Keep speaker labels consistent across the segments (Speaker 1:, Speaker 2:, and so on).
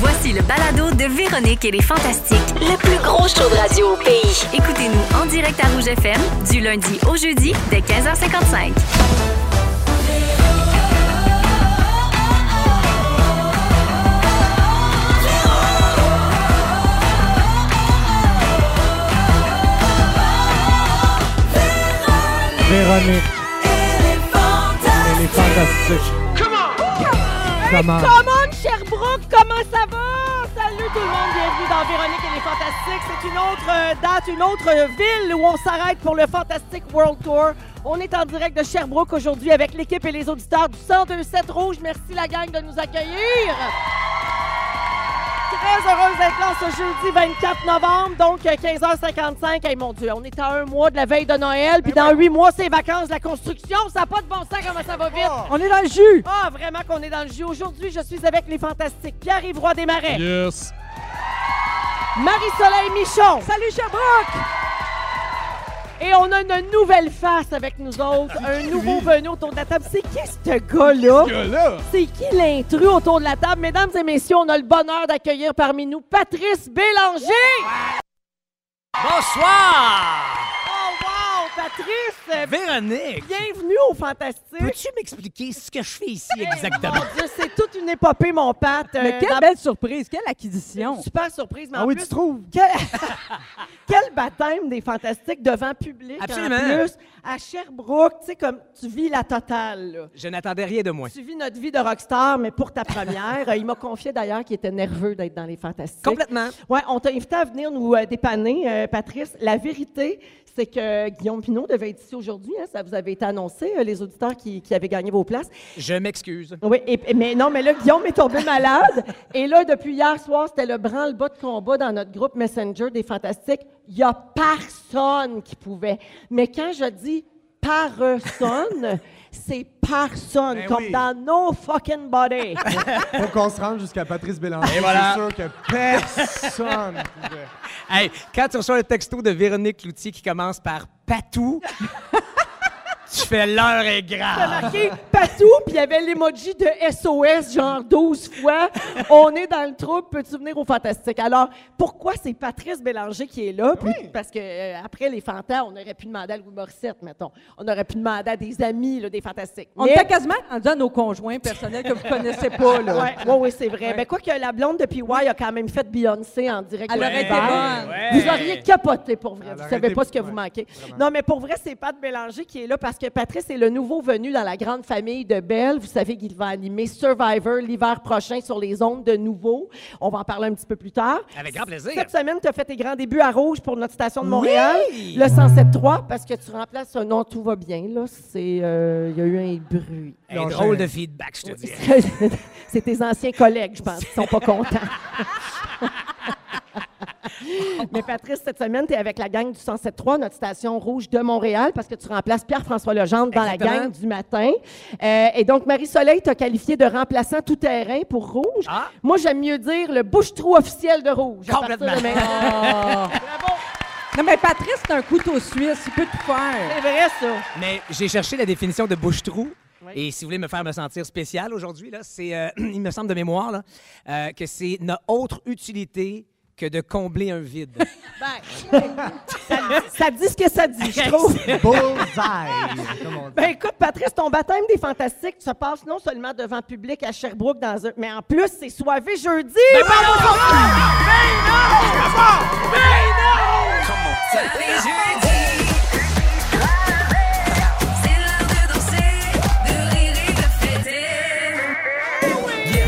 Speaker 1: Voici le balado de Véronique et les Fantastiques.
Speaker 2: Le plus gros show de radio au pays.
Speaker 1: Écoutez-nous en direct à Rouge FM du lundi au jeudi dès 15h55.
Speaker 3: Véronique. Elle est fantastique. Comment?
Speaker 4: Come on, Sherbrooke, comment ça va? Salut tout le monde, bienvenue dans Véronique et les Fantastiques. C'est une autre euh, date, une autre euh, ville où on s'arrête pour le Fantastic World Tour. On est en direct de Sherbrooke aujourd'hui avec l'équipe et les auditeurs du 1027 Rouge. Merci la gang de nous accueillir. Très heureuse d'être là ce jeudi 24 novembre, donc euh, 15h55. Hey mon Dieu, on est à un mois de la veille de Noël,
Speaker 3: Ben
Speaker 4: puis dans huit mois, c'est vacances, la construction. Ça n'a pas de bon sens comment ça va vite.
Speaker 3: Oh. On est dans le jus.
Speaker 4: Ah, vraiment qu'on est dans le jus. Aujourd'hui, je suis avec les fantastiques Pierre-Yves Roy Desmarais,
Speaker 3: Yes.
Speaker 4: Marie-Soleil Michon. Salut, Sherbrooke! Et on a une nouvelle face avec nous autres, un nouveau venu autour de la table. C'est qui ce gars-là?
Speaker 3: Là.
Speaker 4: C'est qui l'intrus autour de la table? Mesdames et messieurs, on a le bonheur d'accueillir parmi nous Patrice Bélanger!
Speaker 5: Bonsoir!
Speaker 4: Oh wow! Patrice! euh,
Speaker 5: Véronique!
Speaker 4: Bienvenue au Fantastique!
Speaker 5: Peux-tu m'expliquer ce que je fais ici
Speaker 4: Mon
Speaker 5: exactement?
Speaker 4: Dieu, c'est toute une épopée, mon Pat! Euh,
Speaker 6: Mais quelle
Speaker 4: dans-
Speaker 6: belle surprise, quelle acquisition!
Speaker 4: Super surprise, mais en
Speaker 3: Ah oui,
Speaker 4: plus,
Speaker 3: tu trouves?
Speaker 4: Quel, quel baptême des fantastiques devant public en
Speaker 5: Absolument.
Speaker 4: plus à Sherbrooke, tu sais comme tu vis la totale. là.
Speaker 5: Je n'attendais rien de moins.
Speaker 4: Tu vis notre vie de rockstar, mais pour ta première. Euh, Il m'a confié d'ailleurs qu'il était nerveux d'être dans les fantastiques.
Speaker 5: Complètement.
Speaker 4: Ouais, on t'a invité à venir nous euh, dépanner, euh, Patrice. La vérité, c'est que Guillaume Pinot devait être ici aujourd'hui. hein. ça vous avait été annoncé, euh, les auditeurs qui, qui avaient gagné vos places.
Speaker 5: Je m'excuse.
Speaker 4: Oui, et- et- mais non, mais là, Guillaume est tombé malade. Et là, depuis hier soir, c'était le branle-bas de combat dans notre groupe Messenger des Fantastiques. Il n'y a personne qui pouvait. Mais quand je dis personne, c'est personne,
Speaker 5: Ben
Speaker 4: comme
Speaker 5: oui.
Speaker 4: dans no fucking body.
Speaker 3: Faut qu'on se rende jusqu'à Patrice Bélanger.
Speaker 5: Et voilà.
Speaker 3: C'est sûr que personne pouvait.
Speaker 5: Hey, quand tu reçois un texto de Véronique Cloutier qui commence par Patou, tu fais l'heure est grave.
Speaker 4: marqué partout, puis il y avait l'emoji de SOS, genre 12 fois. On est dans le trouble, peux-tu venir au Fantastique? Alors, pourquoi c'est Patrice Bélanger qui est là? Puis- Parce que euh, après les Fantas, on aurait pu demander à Louis Morissette, mettons. On aurait pu demander à des amis là, des Fantastiques.
Speaker 6: On
Speaker 4: Mais-
Speaker 6: était quasiment rendu à nos conjoints personnels que vous connaissez pas, là.
Speaker 4: Ouais, ouais, ouais, c'est vrai. Ben, quoi que la blonde de PY a quand même fait Beyoncé en direct.
Speaker 6: Elle
Speaker 4: de
Speaker 6: aurait été
Speaker 4: l'hiver.
Speaker 6: bonne.
Speaker 5: Ouais.
Speaker 4: Vous auriez capoté pour vrai.
Speaker 3: Elle
Speaker 4: Vous
Speaker 3: aurait
Speaker 4: savez
Speaker 3: été-
Speaker 4: pas ce que vous
Speaker 3: ouais,
Speaker 4: manquez.
Speaker 3: vraiment.
Speaker 4: Non, mais pour vrai, c'est Pat Bélanger qui est là parce que Patrice est le nouveau venu dans la grande famille de Belle. Vous savez qu'il va animer Survivor l'hiver prochain sur les ondes de nouveau. On va en parler un petit peu plus tard.
Speaker 5: Avec grand plaisir.
Speaker 4: Cette semaine, tu as fait tes grands débuts à Rouge pour notre station de Montréal, le 107.3, parce que tu remplaces un nom Tout va bien. Là, c'est euh, il y a eu un bruit.
Speaker 5: Un drôle de feedback, je te dis.
Speaker 4: C'est tes anciens collègues, je pense, qui sont pas contents. Mais Patrice, cette semaine, tu es avec la gang du 107.3, notre station rouge de Montréal, parce que tu remplaces Pierre-François Legendre dans la
Speaker 5: Exactement.
Speaker 4: gang du matin. Euh, et donc, Marie-Soleil t'a qualifié de remplaçant tout-terrain pour rouge.
Speaker 5: Ah.
Speaker 4: Moi, j'aime mieux dire le bouche-trou officiel de rouge. à partir de
Speaker 5: Complètement.
Speaker 4: maintenant.
Speaker 6: Non, mais Patrice, c'est un couteau suisse, il peut tout faire.
Speaker 4: C'est vrai, ça.
Speaker 5: Mais j'ai cherché la définition de bouche-trou. Et si vous voulez me faire me sentir spécial aujourd'hui, là, c'est, euh, il me semble de mémoire là, euh, que c'est n'a autre utilité que de combler un vide.
Speaker 4: Ben, Ça dit ce que ça dit, je trouve.
Speaker 3: Bullseye, comme on dit.
Speaker 4: Ben écoute, Patrice, ton baptême des fantastiques se passe non seulement devant public à Sherbrooke, dans un... mais en plus, c'est soivé jeudi! Ben non!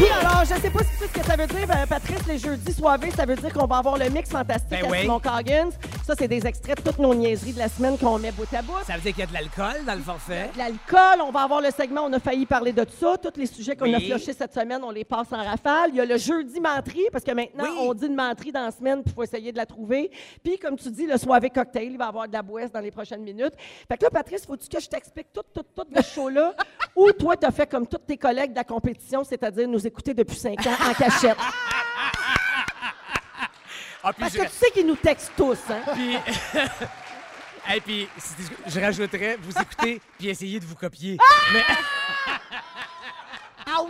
Speaker 4: Oui, alors, je sais pas si tu sais ce que ça veut dire, euh, Patrice, les jeudis soivés, ça veut dire qu'on va avoir le mix fantastique
Speaker 5: Ben
Speaker 4: à
Speaker 5: oui.
Speaker 4: Simon Coggins. Ça, c'est des extraits de toutes nos niaiseries de la semaine qu'on met bout à bout.
Speaker 5: Ça veut dire qu'il y a de l'alcool dans le forfait.
Speaker 4: de l'alcool, on va avoir le segment, on a failli parler de ça. Tous les sujets qu'on a
Speaker 5: Oui.
Speaker 4: flochés cette semaine, on les passe en rafale. Il y a le jeudi menterie, parce que maintenant,
Speaker 5: Oui.
Speaker 4: on dit une menterie dans la semaine, puis il faut essayer de la trouver. Puis, comme tu dis, le soirée cocktail, il va y avoir de la boisse dans les prochaines minutes. Fait que là, Patrice, faut-tu que je t'explique tout, tout, tout le show-là, ou toi, t'as fait comme tous tes collègues de la compétition, c'est-à-dire nous écouter depuis cinq ans en cachette.
Speaker 5: Ah, puis
Speaker 4: Parce
Speaker 5: je,
Speaker 4: que tu sais qu'ils nous textent tous, hein?
Speaker 5: puis- Hey, puis, si- je rajouterais, vous écoutez, puis essayez de vous copier.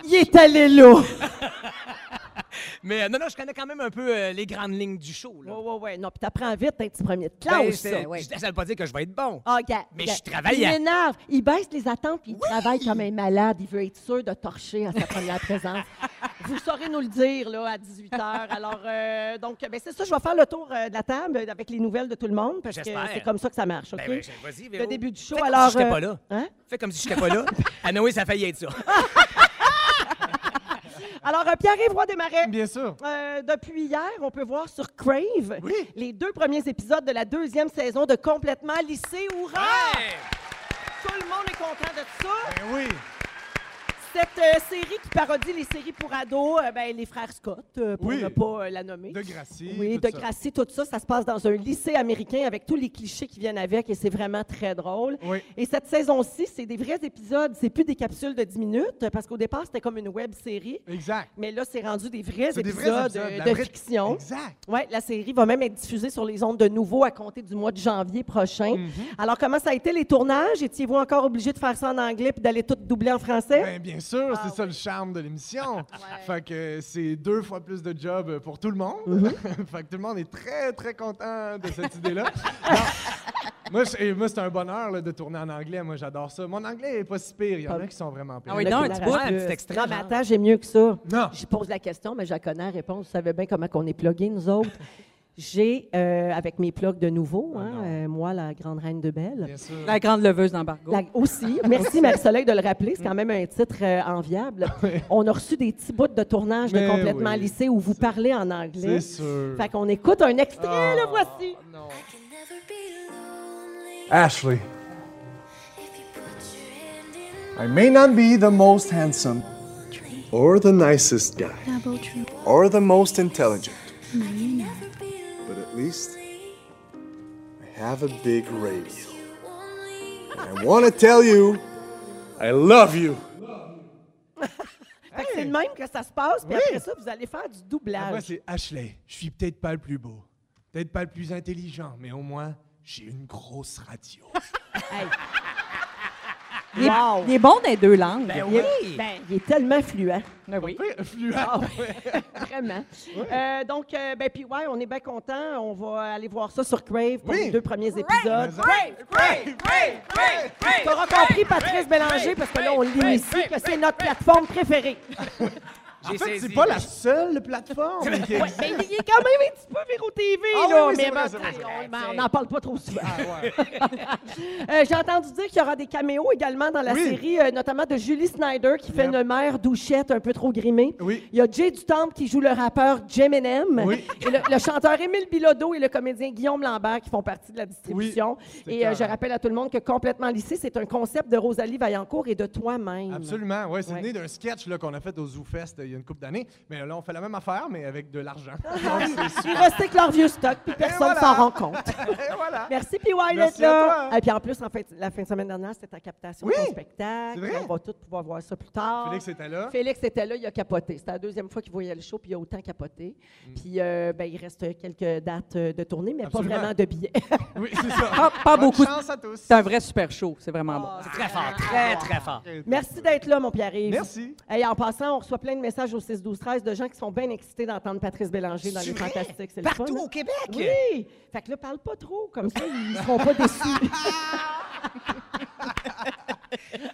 Speaker 4: Il est allé là!
Speaker 5: Mais euh, non, non, je connais quand même un peu euh, les grandes lignes du show.
Speaker 4: Ouais,
Speaker 5: Là.
Speaker 4: ouais, ouais. Non, puis t'apprends vite un petit premier de
Speaker 5: Ben,
Speaker 4: classe,
Speaker 5: c'est-
Speaker 4: Oh, ça.
Speaker 6: ouais.
Speaker 5: je- Ça veut pas dire que je vais être bon.
Speaker 4: Ah, gars,
Speaker 5: Mais
Speaker 4: gars,
Speaker 5: je suis travaillant.
Speaker 4: Il m'énerve. Il baisse les attentes puis il travaille comme un malade. Il veut être sûr de torcher à sa première présence. Vous saurez nous le dire là, à 18 h. Alors, euh, donc, ben, c'est ça. Je vais faire le tour euh, de la table euh, avec les nouvelles de tout le monde parce que
Speaker 5: J'espère.
Speaker 4: c'est comme ça que ça marche. OK?
Speaker 5: Ben, ben, vas-y, Véro.
Speaker 4: le début du show,
Speaker 5: Fais comme
Speaker 4: alors.
Speaker 5: si j'étais
Speaker 4: euh,
Speaker 5: pas là.
Speaker 4: hein?
Speaker 5: Fais comme si j'étais pas là. Ah non, oui, ça faillit être ça.
Speaker 4: Alors, euh, Pierre-Yves Roy Desmarais.
Speaker 3: Bien sûr.
Speaker 4: Euh, depuis hier, on peut voir sur Crave les deux premiers épisodes de la deuxième saison de Complètement lycée. Hourra!
Speaker 5: Hey!
Speaker 4: Tout le monde est content de ça.
Speaker 3: Ben oui.
Speaker 4: Cette euh, série qui parodie les séries pour ados, euh, ben, les frères Scott, euh, pour
Speaker 3: Oui.
Speaker 4: ne pas euh, la nommer.
Speaker 3: De Gracie.
Speaker 4: Oui,
Speaker 3: tout
Speaker 4: de
Speaker 3: ça.
Speaker 4: Gracie, tout ça, ça se passe dans un lycée américain avec tous les clichés qui viennent avec et c'est vraiment très drôle.
Speaker 3: Oui.
Speaker 4: Et cette saison-ci, c'est des vrais épisodes, c'est plus des capsules de 10 minutes parce qu'au départ, c'était comme une web série,
Speaker 3: Exact.
Speaker 4: mais là, c'est rendu des vrais
Speaker 3: C'est
Speaker 4: épisodes
Speaker 3: des vrais épisodes.
Speaker 4: euh,
Speaker 3: la
Speaker 4: de
Speaker 3: vraie-
Speaker 4: fiction.
Speaker 3: Exact.
Speaker 4: Oui, la série va même être diffusée sur les ondes de nouveau à compter du mois de janvier prochain.
Speaker 3: Mhm.
Speaker 4: Alors, comment ça a été les tournages? Étiez-vous encore obligé de faire ça en anglais puis d'aller tout doubler en français?
Speaker 3: Ben, bien sûr, c'est ça le charme de l'émission. Fait que c'est deux fois plus de jobs pour tout le monde.
Speaker 4: Mhm.
Speaker 3: fait que tout le monde est très, très content de cette idée-là. Non. Moi, je- et moi, c'est un bonheur là, de tourner en anglais. Moi, j'adore ça. Mon anglais est pas si pire. Il y en a qui sont vraiment pires.
Speaker 6: Ah oui,
Speaker 4: Le
Speaker 6: non, un
Speaker 4: Colorado.
Speaker 6: petit bout.
Speaker 5: Ouais, un petit extrait,
Speaker 4: Non, mais
Speaker 5: genre.
Speaker 4: attends, j'ai mieux que ça.
Speaker 3: Non.
Speaker 4: Je pose la question, mais je la connais la réponse. Vous savez bien comment qu'on est plugués, nous autres. J'ai, euh, avec mes plugs de nouveau, hein, euh, moi, la grande reine de Belle.
Speaker 3: Bien sûr.
Speaker 6: La grande leveuse d'embargo.
Speaker 4: La- aussi, merci Marie-Soleil de le rappeler, c'est quand même un titre euh, enviable. On a reçu des petits bouts de tournage de
Speaker 3: Mais
Speaker 4: Complètement
Speaker 3: oui.
Speaker 4: lycée où vous parlez en anglais.
Speaker 3: C'est sûr.
Speaker 4: Fait qu'on écoute un extrait, le voici.
Speaker 7: Ashley. I may not be the most handsome, or the nicest guy, or the most intelligent, but at least I have a big radio. And I want to tell you, I love you.
Speaker 4: Fait que c'est le même que ça se passe, puis après ça, vous allez faire du
Speaker 6: Ah
Speaker 3: Moi,
Speaker 4: doublage.
Speaker 3: c'est Ashley. Je suis peut-être pas le plus beau, peut-être pas le plus intelligent, mais au moins, j'ai une grosse radio.
Speaker 6: Il est,
Speaker 4: Wow.
Speaker 6: il est bon dans les deux langues.
Speaker 5: Ben
Speaker 4: Il est-
Speaker 5: oui.
Speaker 4: ben, il est tellement fluent.
Speaker 6: Ah oui.
Speaker 3: Fluent.
Speaker 4: Vraiment. Euh, donc, euh, ben, puis ouais, on est bien content. On va aller voir ça sur Crave pour
Speaker 3: Oui.
Speaker 4: les deux premiers épisodes.
Speaker 3: Mais-
Speaker 4: Tu auras compris, Patrice Bélanger, parce que là, on lit ici que c'est notre plateforme préférée.
Speaker 5: J'ai
Speaker 3: En fait, c'est
Speaker 5: saisi.
Speaker 3: pas la seule plateforme qui
Speaker 4: Ouais,
Speaker 3: existe.
Speaker 4: mais il est quand même un petit peu Véro TV,
Speaker 3: Ah oui,
Speaker 4: là.
Speaker 3: oui, c'est
Speaker 4: mais
Speaker 3: vrai,
Speaker 4: bon,
Speaker 3: c'est vrai, c'est Ah,
Speaker 4: on-
Speaker 5: vrai.
Speaker 4: ben, on n'en parle pas trop souvent. Euh, J'ai entendu dire qu'il y aura des caméos également dans la
Speaker 3: Oui.
Speaker 4: série, euh, notamment de Julie Snyder qui fait
Speaker 3: Yep.
Speaker 4: une mère douchette un peu trop grimée.
Speaker 3: Oui.
Speaker 4: Il y a Jay Dutemple qui joue le rappeur Jim M.
Speaker 3: Oui.
Speaker 4: Et le, le chanteur Émile Bilodeau et le comédien Guillaume Lambert qui font partie de la distribution.
Speaker 3: c'est
Speaker 4: et euh, je
Speaker 3: clair.
Speaker 4: rappelle à tout le monde que Complètement lycée, c'est un concept de Rosalie Vaillancourt et de toi-même.
Speaker 3: Absolument, ouais, c'est
Speaker 4: Ouais.
Speaker 3: né d'un sketch là, qu'on a fait au ZooFest euh, il y a une couple d'années. Mais là, on fait la même affaire, mais avec de l'argent. Donc, c'est
Speaker 4: Je suis restée avec leur vieux stock, puis personne ne
Speaker 3: voilà.
Speaker 4: s'en rend compte.
Speaker 3: Et voilà.
Speaker 4: Merci, PY, d'être
Speaker 3: Merci
Speaker 4: là.
Speaker 3: à toi. hein.
Speaker 4: Et puis en plus, en fait, la fin de semaine dernière, c'était ta captation
Speaker 3: Oui,
Speaker 4: de ton spectacle.
Speaker 3: c'est vrai.
Speaker 4: On va tous pouvoir voir ça plus tard.
Speaker 3: Félix était là.
Speaker 4: Félix était là, il a capoté. C'était la deuxième fois qu'il voyait le show, puis il a autant capoté.
Speaker 3: Mm.
Speaker 4: Puis euh, ben, il reste quelques dates euh, de tournée, mais
Speaker 3: Absolument.
Speaker 4: pas vraiment de billets.
Speaker 3: Oui, c'est ça.
Speaker 6: Pas, pas
Speaker 3: Bonne
Speaker 6: beaucoup.
Speaker 3: chance à tous.
Speaker 6: C'est un vrai super show. C'est vraiment bon.
Speaker 5: C'est très fort, très, très fort.
Speaker 4: Merci d'être là, mon Pierre-Yves.
Speaker 3: Merci.
Speaker 4: Hey, en passant, on reçoit plein de messages au 6-12-13 de gens qui sont bien excités d'entendre Patrice Bélanger dans les
Speaker 5: C'est vrai?
Speaker 4: Fantastiques. C'est le
Speaker 5: Partout
Speaker 4: fun, hein?
Speaker 5: au Québec?
Speaker 4: Oui! Fait que là, parle pas trop, comme ça, ils seront pas déçus.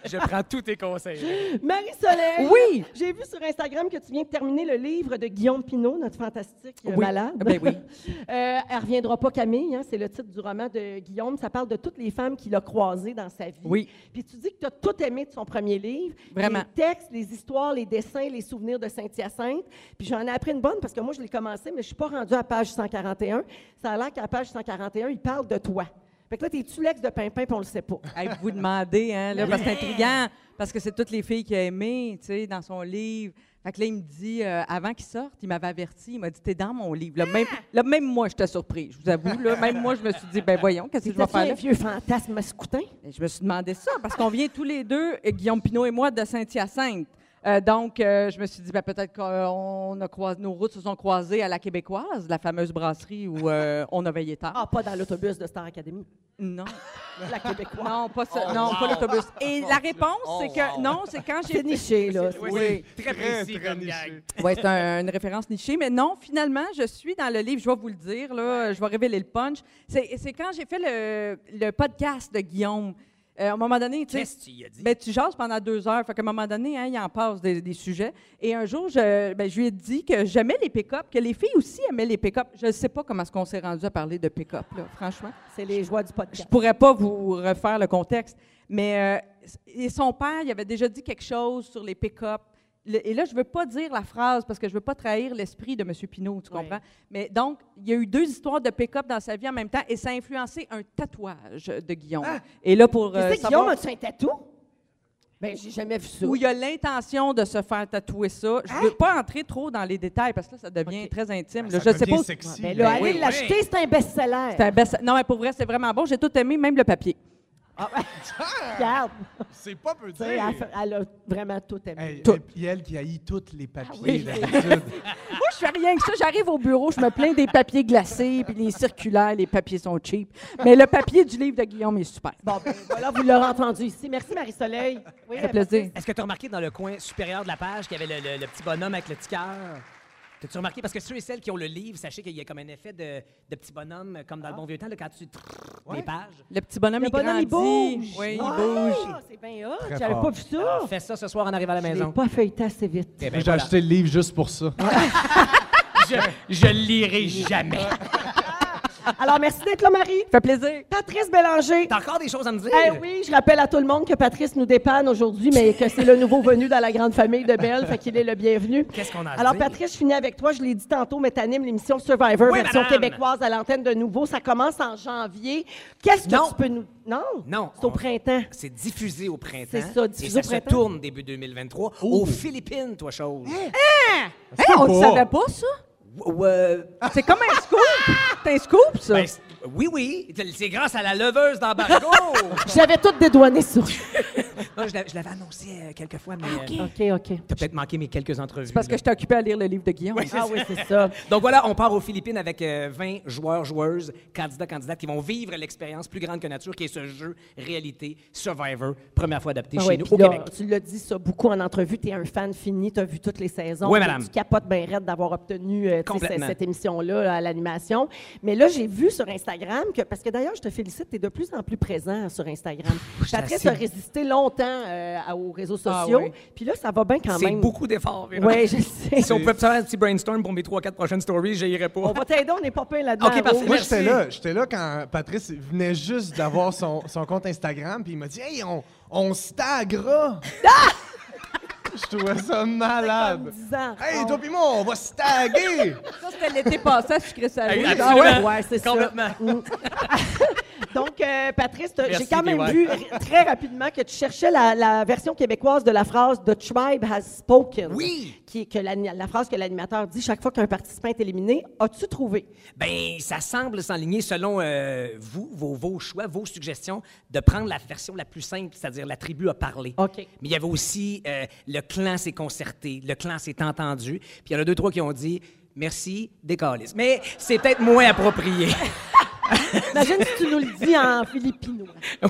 Speaker 5: Je prends tous tes conseils.
Speaker 4: Marie-Soleil!
Speaker 6: Oui.
Speaker 4: J'ai vu sur Instagram que tu viens de terminer le livre de Guillaume Pinault, notre fantastique euh,
Speaker 6: Oui.
Speaker 4: malade.
Speaker 6: Ben oui.
Speaker 4: Euh, elle reviendra pas Camille, hein, c'est le titre du roman de Guillaume. Ça parle de toutes les femmes qu'il a croisées dans sa vie.
Speaker 6: Oui.
Speaker 4: Puis tu dis que tu as tout aimé de son premier livre.
Speaker 6: Vraiment.
Speaker 4: Les textes, les histoires, les dessins, les souvenirs de Saint-Hyacinthe. Puis j'en ai appris une bonne parce que moi, je l'ai commencé, mais je suis pas rendue à page 141. Ça a l'air qu'à page 141, il parle de toi. Fait que là, t'es-tu l'ex de Pimpin, puis on le sait pas.
Speaker 6: Hey, vous demandez, hein, là, parce que c'est intriguant, parce que c'est toutes les filles qu'il a aimées, tu sais, dans son livre. Fait que là, il me dit, euh, avant qu'il sorte, il m'avait averti, il m'a dit, t'es dans mon livre. Là, même, là, même moi, j'étais surpris, je vous avoue. Là, même moi, je me suis dit, ben voyons, qu'est-ce que je vais
Speaker 4: C'était-tu
Speaker 6: faire
Speaker 4: un
Speaker 6: là?
Speaker 4: vieux fantasme mascoutin?
Speaker 6: Et Je me suis demandé ça, parce qu'on vient tous les deux, et Guillaume Pinot et moi, de Saint-Hyacinthe. Euh, donc, euh, je me suis dit, ben, peut-être qu'on a croisé, nos routes se sont croisées à la Québécoise, la fameuse brasserie où euh, on a veillé tard.
Speaker 4: Ah, pas dans l'autobus de Star Academy.
Speaker 6: Non,
Speaker 4: La Québécoise.
Speaker 6: non, pas
Speaker 4: Oh,
Speaker 6: ça, non, pas l'autobus.
Speaker 4: Ah,
Speaker 6: Et la réponse, c'est que non, c'est quand j'ai
Speaker 4: C'est niché, là.
Speaker 5: Oui,
Speaker 3: Oui,
Speaker 5: c'est très
Speaker 3: très,
Speaker 5: précis
Speaker 3: très
Speaker 5: comme
Speaker 3: niché.
Speaker 5: gag.
Speaker 6: Oui, c'est un- une référence nichée. Mais non, finalement, je suis dans le livre, je vais vous le dire, là, je vais révéler le punch. C'est c'est quand j'ai fait le, le podcast de Guillaume. Euh, à un moment donné, tu sais,
Speaker 5: Qu'est-ce qu'il a dit?
Speaker 6: ben, tu jases pendant deux heures. Fait qu'à un moment donné, hein, il en passe des, des sujets. Et un jour, je, ben, je lui ai dit que j'aimais les pick-up, que les filles aussi aimaient les pick-up. Je ne sais pas comment est-ce qu'on s'est rendu à parler de pick-up, là, franchement.
Speaker 4: C'est les joies du
Speaker 6: Je
Speaker 4: podcast.
Speaker 6: pourrais pas vous refaire le contexte, mais euh, et son père, il avait déjà dit quelque chose sur les pick-up. Le- Et là, je veux pas dire la phrase parce que je veux pas trahir l'esprit de M. Pinault, tu
Speaker 4: Ouais.
Speaker 6: comprends? Mais donc, il y a eu deux histoires de pick-up dans sa vie en même temps et ça a influencé un tatouage de Guillaume. Et là, pour euh,
Speaker 4: Tu sais,
Speaker 6: savoir
Speaker 4: Ah! Guillaume, as-tu un tatou? Ben, j'ai jamais vu ça.
Speaker 6: où il y a l'intention de se faire tatouer ça, je veux pas entrer trop dans les détails parce que là, ça devient
Speaker 4: Ok.
Speaker 6: très intime.
Speaker 3: Ben,
Speaker 6: là.
Speaker 3: ça
Speaker 6: je sais
Speaker 3: devient
Speaker 6: pas.
Speaker 3: sexy,
Speaker 6: Ouais,
Speaker 4: Mais
Speaker 6: ben
Speaker 4: Ah, là,
Speaker 6: oui.
Speaker 4: allez
Speaker 5: oui.
Speaker 4: l'acheter, c'est un best-seller.
Speaker 6: C'est un best- Non, mais pour vrai, c'est vraiment bon. J'ai tout aimé, même le papier.
Speaker 4: Ah, ben, Regarde,
Speaker 3: Ah! C'est pas peu
Speaker 4: tu sais, elle,
Speaker 3: dire.
Speaker 4: fait- elle a vraiment tout aimé.
Speaker 3: Hey,
Speaker 6: Tout.
Speaker 3: et puis elle qui haït tous les papiers ben.
Speaker 4: oui.
Speaker 3: d'habitude.
Speaker 6: Moi, je fais rien que ça. J'arrive au bureau, je me plains des papiers glacés, puis les circulaires, les papiers sont cheap. Mais le papier du livre de Guillaume est super.
Speaker 4: Bon, ben, voilà, vous l'aurez entendu ici. Merci, Marie-Soleil. Oui,
Speaker 6: Ça fait plaisir.
Speaker 5: Est-ce que tu as remarqué dans le coin supérieur de la page qu'il y avait le, le- le petit bonhomme avec le petit cœur? T'as-tu remarqué? Parce que ceux et celles qui ont le livre, sachez qu'il y a comme un effet de, de petit bonhomme, comme dans le bon vieux temps, là, quand tu trrr les pages.
Speaker 6: Le petit bonhomme,
Speaker 4: Le
Speaker 6: il
Speaker 4: bonhomme, il
Speaker 6: grandit.
Speaker 4: bouge.
Speaker 6: Oui, il
Speaker 4: Ah,
Speaker 6: bouge.
Speaker 4: C'est bien hot.
Speaker 3: Très
Speaker 4: J'avais
Speaker 3: fort.
Speaker 4: pas vu ça.
Speaker 5: Fais ça ce soir en arrivant à la
Speaker 4: Oh. Je l'ai
Speaker 5: maison.
Speaker 4: pas feuilleté assez vite.
Speaker 5: Eh ben,
Speaker 3: J'ai
Speaker 5: voilà.
Speaker 3: acheté le livre juste pour ça.
Speaker 5: Je, je le lirai jamais.
Speaker 4: Alors, merci d'être là, Marie.
Speaker 6: Ça fait plaisir.
Speaker 4: Patrice Bélanger.
Speaker 5: T'as encore des choses à me dire?
Speaker 4: Eh oui, je rappelle à tout le monde que Patrice nous dépanne aujourd'hui, mais que c'est le nouveau venu dans la grande famille de Belle, fait qu'il est le bienvenu.
Speaker 5: Qu'est-ce qu'on a à se
Speaker 4: Alors,
Speaker 5: dire?
Speaker 4: Patrice, je finis avec toi. Je l'ai dit tantôt, mais t'animes l'émission Survivor,
Speaker 5: Oui,
Speaker 4: version
Speaker 5: madame.
Speaker 4: québécoise à l'antenne de nouveau. Ça commence en janvier. Qu'est-ce que
Speaker 5: Non.
Speaker 4: tu peux nous... Non?
Speaker 5: Non.
Speaker 4: C'est au
Speaker 5: on-
Speaker 4: printemps.
Speaker 5: C'est diffusé au printemps.
Speaker 4: C'est ça, diffusé
Speaker 5: et
Speaker 4: au
Speaker 5: ça
Speaker 4: printemps.
Speaker 5: se tourne début 2023 aux Philippines, toi, chose.
Speaker 6: Hey, on ne
Speaker 3: pas.
Speaker 6: savait pas, ça?
Speaker 5: Ou- ou, euh,
Speaker 6: C'est comme un scoop. C'est un scoop, ça.
Speaker 5: ben, c'est- oui, oui. C'est grâce à la leveuse d'embargo.
Speaker 4: J'avais tout dédouané sur...
Speaker 5: Non, je l'a- je l'avais annoncé euh, quelques fois, mais euh,
Speaker 4: Ah, OK, OK.
Speaker 5: t'as peut-être manqué mes quelques entrevues.
Speaker 6: parce
Speaker 5: là.
Speaker 6: que je t'occupais à lire le livre de Guillaume.
Speaker 3: Ben,
Speaker 4: Ah oui, c'est ça.
Speaker 5: Donc voilà, on part aux Philippines avec euh, 20 joueurs, joueuses, candidats, candidates qui vont vivre l'expérience plus grande que nature qui est ce jeu réalité Survivor, première fois adapté
Speaker 4: Ah
Speaker 5: chez
Speaker 4: ouais,
Speaker 5: nous
Speaker 4: puis
Speaker 5: au
Speaker 4: là,
Speaker 5: Québec.
Speaker 4: Tu l'as dit ça beaucoup en entrevue, tu es un fan fini, tu as vu toutes les saisons.
Speaker 5: Oui,
Speaker 4: puis
Speaker 5: madame.
Speaker 4: Tu capotes bien raide d'avoir obtenu euh, tu sais,
Speaker 5: Complètement.
Speaker 4: cette, cette émission-là là, à l'animation. Mais là, j'ai vu sur Instagram que, parce que d'ailleurs, je te félicite, tu es de plus en plus présent sur Instagram. Patrice a
Speaker 5: assez-
Speaker 4: résisté longtemps euh, à- aux réseaux
Speaker 6: Ah
Speaker 4: sociaux,
Speaker 6: oui.
Speaker 4: puis là, ça va bien quand
Speaker 5: C'est
Speaker 4: même.
Speaker 5: beaucoup d'efforts, Véronique.
Speaker 4: Oui, je sais.
Speaker 5: Si on peut faire un petit brainstorm pour mes 3-4 prochaines stories, j'irai pas.
Speaker 4: On va t'aider, on n'est pas plein là-dedans.
Speaker 5: OK,
Speaker 4: Rose.
Speaker 5: parfait.
Speaker 3: Moi,
Speaker 5: Merci.
Speaker 3: j'étais là. J'étais là quand Patrice venait juste d'avoir son, son compte Instagram, puis il m'a dit Hey, on, on stagra. Je trouvais ça malade.
Speaker 4: C'est comme 10 ans. Ah,
Speaker 3: Hey, toi pis moi, on va staguer.
Speaker 6: Ça, c'était l'été passé, je suis ça.
Speaker 5: Hey,
Speaker 4: Ah
Speaker 5: absolument.
Speaker 4: ouais, ouais, c'est ça.
Speaker 5: Complètement.
Speaker 4: Donc, euh, Patrice, t'as- j'ai
Speaker 5: Merci,
Speaker 4: quand même
Speaker 5: P.Y.
Speaker 4: vu r- très rapidement que tu cherchais la, la version québécoise de la phrase The tribe has spoken.
Speaker 5: Oui.
Speaker 4: Qui est que l'ani- la phrase que l'animateur dit chaque fois qu'un participant est éliminé. As-tu trouvé?
Speaker 5: Ben, ça semble s'enligner selon euh, vous, vos, vos choix, vos suggestions, de prendre la version la plus simple, c'est-à-dire la tribu a parlé.
Speaker 4: OK.
Speaker 5: Mais il y avait aussi euh, le clan s'est concerté, le clan s'est entendu, puis il y en a deux, trois qui ont dit merci, décaliste. Mais c'est peut-être moins approprié.
Speaker 4: Imagine si tu nous le dis en philippino.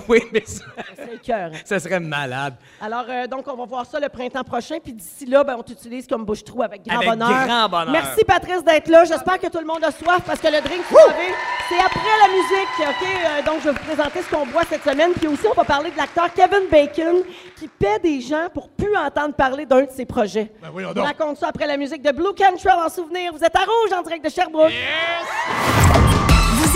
Speaker 5: oui, mais ça,
Speaker 4: C'est le cœur.
Speaker 5: ça serait malade.
Speaker 4: Alors, euh, donc, on va voir ça le printemps prochain. Puis d'ici là, ben, on t'utilise comme bouche-trou avec, grand,
Speaker 5: Avec
Speaker 4: bonheur.
Speaker 5: grand bonheur.
Speaker 4: Merci, Patrice, d'être là. J'espère que tout le monde a soif parce que le drink, vous savez, c'est après la musique. OK? Euh, donc, je vais vous présenter ce qu'on boit cette semaine. Puis aussi, on va parler de l'acteur Kevin Bacon qui paie des gens pour plus entendre parler d'un de ses projets.
Speaker 3: Ben voyons
Speaker 4: Je
Speaker 3: donc.
Speaker 4: vous raconte ça après la musique de Blue Cantrell en souvenir. Vous êtes à Rouge en direct de Sherbrooke.
Speaker 1: Vous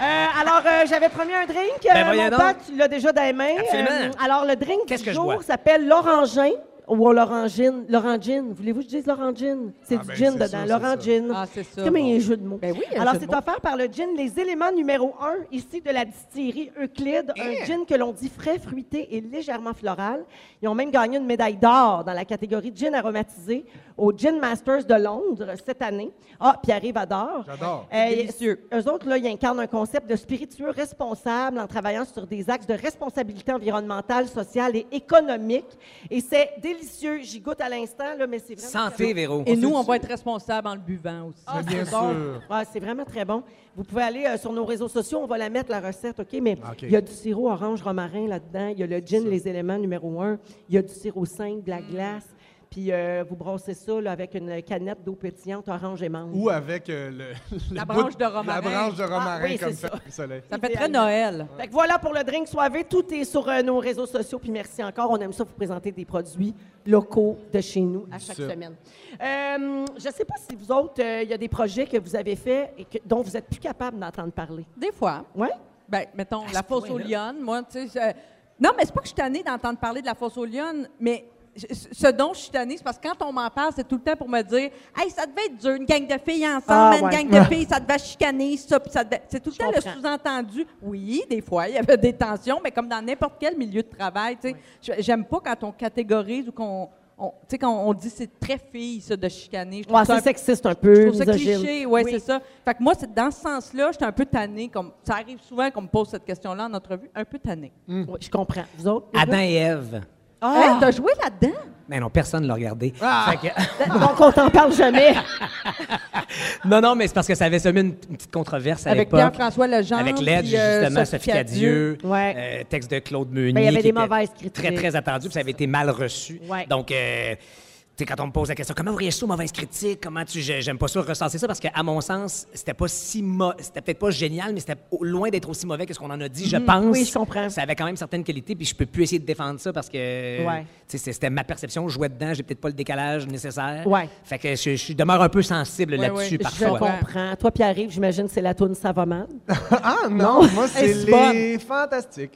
Speaker 4: Euh, alors, euh, j'avais promis un drink. Euh,
Speaker 5: Ben, voyons
Speaker 4: mon
Speaker 5: donc.
Speaker 4: pote, tu l'as déjà dans les mains. Euh,
Speaker 5: Absolument.
Speaker 4: alors, le drink
Speaker 5: Qu'est-ce
Speaker 4: du
Speaker 5: que je
Speaker 4: jour
Speaker 5: bois?
Speaker 4: s'appelle l'orangin ou l'orangine. L'orangine. Voulez-vous que je dise l'orangine? C'est
Speaker 3: Ah,
Speaker 4: du
Speaker 3: ben,
Speaker 4: gin
Speaker 3: c'est
Speaker 4: dedans.
Speaker 3: ça, c'est
Speaker 4: L'orangine.
Speaker 6: ça. Ah, c'est ça,
Speaker 4: comme
Speaker 6: bon.
Speaker 4: un jeu de mots.
Speaker 6: Ben oui, un
Speaker 4: alors,
Speaker 6: jeu de
Speaker 4: c'est
Speaker 6: mots.
Speaker 4: offert par le gin. Les éléments numéro un ici de la distillerie Euclide, un gin que l'on dit frais, fruité et légèrement floral. Ils ont même gagné une médaille d'or dans la catégorie gin aromatisé au Gin Masters de Londres cette année. Ah, puis arrive à d'or.
Speaker 3: J'adore.
Speaker 4: Euh,
Speaker 6: Délicieux.
Speaker 4: Eux autres, là, ils incarnent un concept de spiritueux responsable en travaillant sur des axes de responsabilité environnementale, sociale et économique. Et c'est délicieux. J'y goûte à l'instant, là, mais c'est vraiment...
Speaker 5: Santé, Véro.
Speaker 6: Et nous, on va être responsables en le buvant aussi.
Speaker 3: Mais bien
Speaker 4: Ah, bon.
Speaker 3: sûr.
Speaker 4: Ouais, Ah, c'est vraiment très bon. Vous pouvez aller euh, sur nos réseaux sociaux, on va la mettre, la recette, OK? Mais
Speaker 3: OK.
Speaker 4: il y a du sirop orange romarin là-dedans, il y a le gin, les éléments numéro un, il y a du sirop 5, de la glace, puis euh, vous brossez ça là, avec une canette d'eau pétillante, orange et mangue.
Speaker 3: Ou avec euh, le, le
Speaker 6: La
Speaker 3: bout-
Speaker 6: branche de romarin.
Speaker 3: La branche de romarin
Speaker 4: Ah, oui,
Speaker 3: comme
Speaker 4: c'est
Speaker 3: ça. au soleil.
Speaker 6: Ça fait très Noël.
Speaker 4: Fait que voilà pour le drink soivé. Tout est sur euh, nos réseaux sociaux. Puis merci encore. On aime ça vous présenter des produits locaux de chez nous à chaque
Speaker 3: Sud.
Speaker 4: semaine. Euh, je ne sais pas si vous autres, euh, il y a des projets que vous avez faits et que- dont vous n'êtes plus capable d'entendre parler.
Speaker 6: Des fois.
Speaker 4: Oui?
Speaker 6: Ben, mettons, la fosse aux lionnes. Moi, tu sais. je- Non, mais c'est pas que je suis tannée d'entendre parler de la fosse aux lionnes, mais je- ce dont je suis tannée, c'est parce que quand on m'en parle, c'est tout le temps pour me dire Hey, ça devait être dur, une gang de filles ensemble,
Speaker 4: Ah,
Speaker 6: une
Speaker 4: ouais.
Speaker 6: gang de filles, ça devait chicaner, ça, puis ça devait- C'est tout le
Speaker 4: Je
Speaker 6: temps
Speaker 4: comprends.
Speaker 6: le sous-entendu. Oui, des fois, il y avait des tensions, mais comme dans n'importe quel milieu de travail, tu sais, je- j'aime pas quand on catégorise ou qu'on. on- tu sais, quand on dit c'est très fille, ça, de chicaner. Je trouve
Speaker 4: Ouais,
Speaker 6: ça un
Speaker 4: c'est
Speaker 6: peu-
Speaker 4: sexiste un peu.
Speaker 6: je trouve ça
Speaker 4: misogyne.
Speaker 6: cliché, ouais,
Speaker 4: Oui.
Speaker 6: c'est ça. Fait que moi, c'est dans ce sens-là, j'étais un peu tannée. Comme, ça arrive souvent qu'on me pose cette question-là en entrevue, un peu tannée.
Speaker 4: Oui, je comprends. Vous autres? les
Speaker 5: Adam
Speaker 3: ben,
Speaker 4: gars?
Speaker 5: et Ève.
Speaker 4: Ah!
Speaker 6: Hey, t'as joué là-dedans?
Speaker 5: Mais non, personne ne l'a regardé.
Speaker 6: Ah!
Speaker 5: Fait que-
Speaker 4: Donc, on t'en parle jamais.
Speaker 5: non, non, mais c'est parce que ça avait semé une, une petite controverse à
Speaker 6: Avec
Speaker 5: l'époque.
Speaker 6: Pierre-François Legendre,
Speaker 5: Avec l'aide,
Speaker 6: puis, euh,
Speaker 5: justement,
Speaker 6: Sophie
Speaker 5: Sophie Cadieux.
Speaker 4: Ouais.
Speaker 5: euh, texte de Claude Meunier.
Speaker 4: Ben, il y avait
Speaker 5: qui
Speaker 4: des
Speaker 5: était
Speaker 4: mauvaises critiques.
Speaker 5: Très, très attendu, puis ça avait été mal reçu.
Speaker 4: Ouais.
Speaker 5: Donc, euh, tu sais, quand on me pose la question, comment vous réagissez aux mauvaises critiques? Comment tu. j'ai- J'aime pas ça recenser ça parce qu'à mon sens, c'était pas si. mo- C'était peut-être pas génial, mais c'était au- loin d'être aussi mauvais que ce qu'on en a dit, je pense.
Speaker 4: Mm-hmm. Oui, je comprends.
Speaker 5: Ça avait quand même certaines qualités, puis je peux plus essayer de défendre ça parce que.
Speaker 4: Ouais.
Speaker 5: tu sais, c'est- C'était ma perception, je jouais dedans, j'ai peut-être pas le décalage nécessaire.
Speaker 4: Ouais.
Speaker 5: Fait que je, je demeure un peu sensible là-dessus
Speaker 6: ouais.
Speaker 4: Je
Speaker 5: parfois.
Speaker 4: comprends. Toi, pierre arrive, j'imagine, c'est la toune Ça va mal.
Speaker 3: Ah non, moi c'est
Speaker 6: c'est bonne.
Speaker 3: les fantastiques.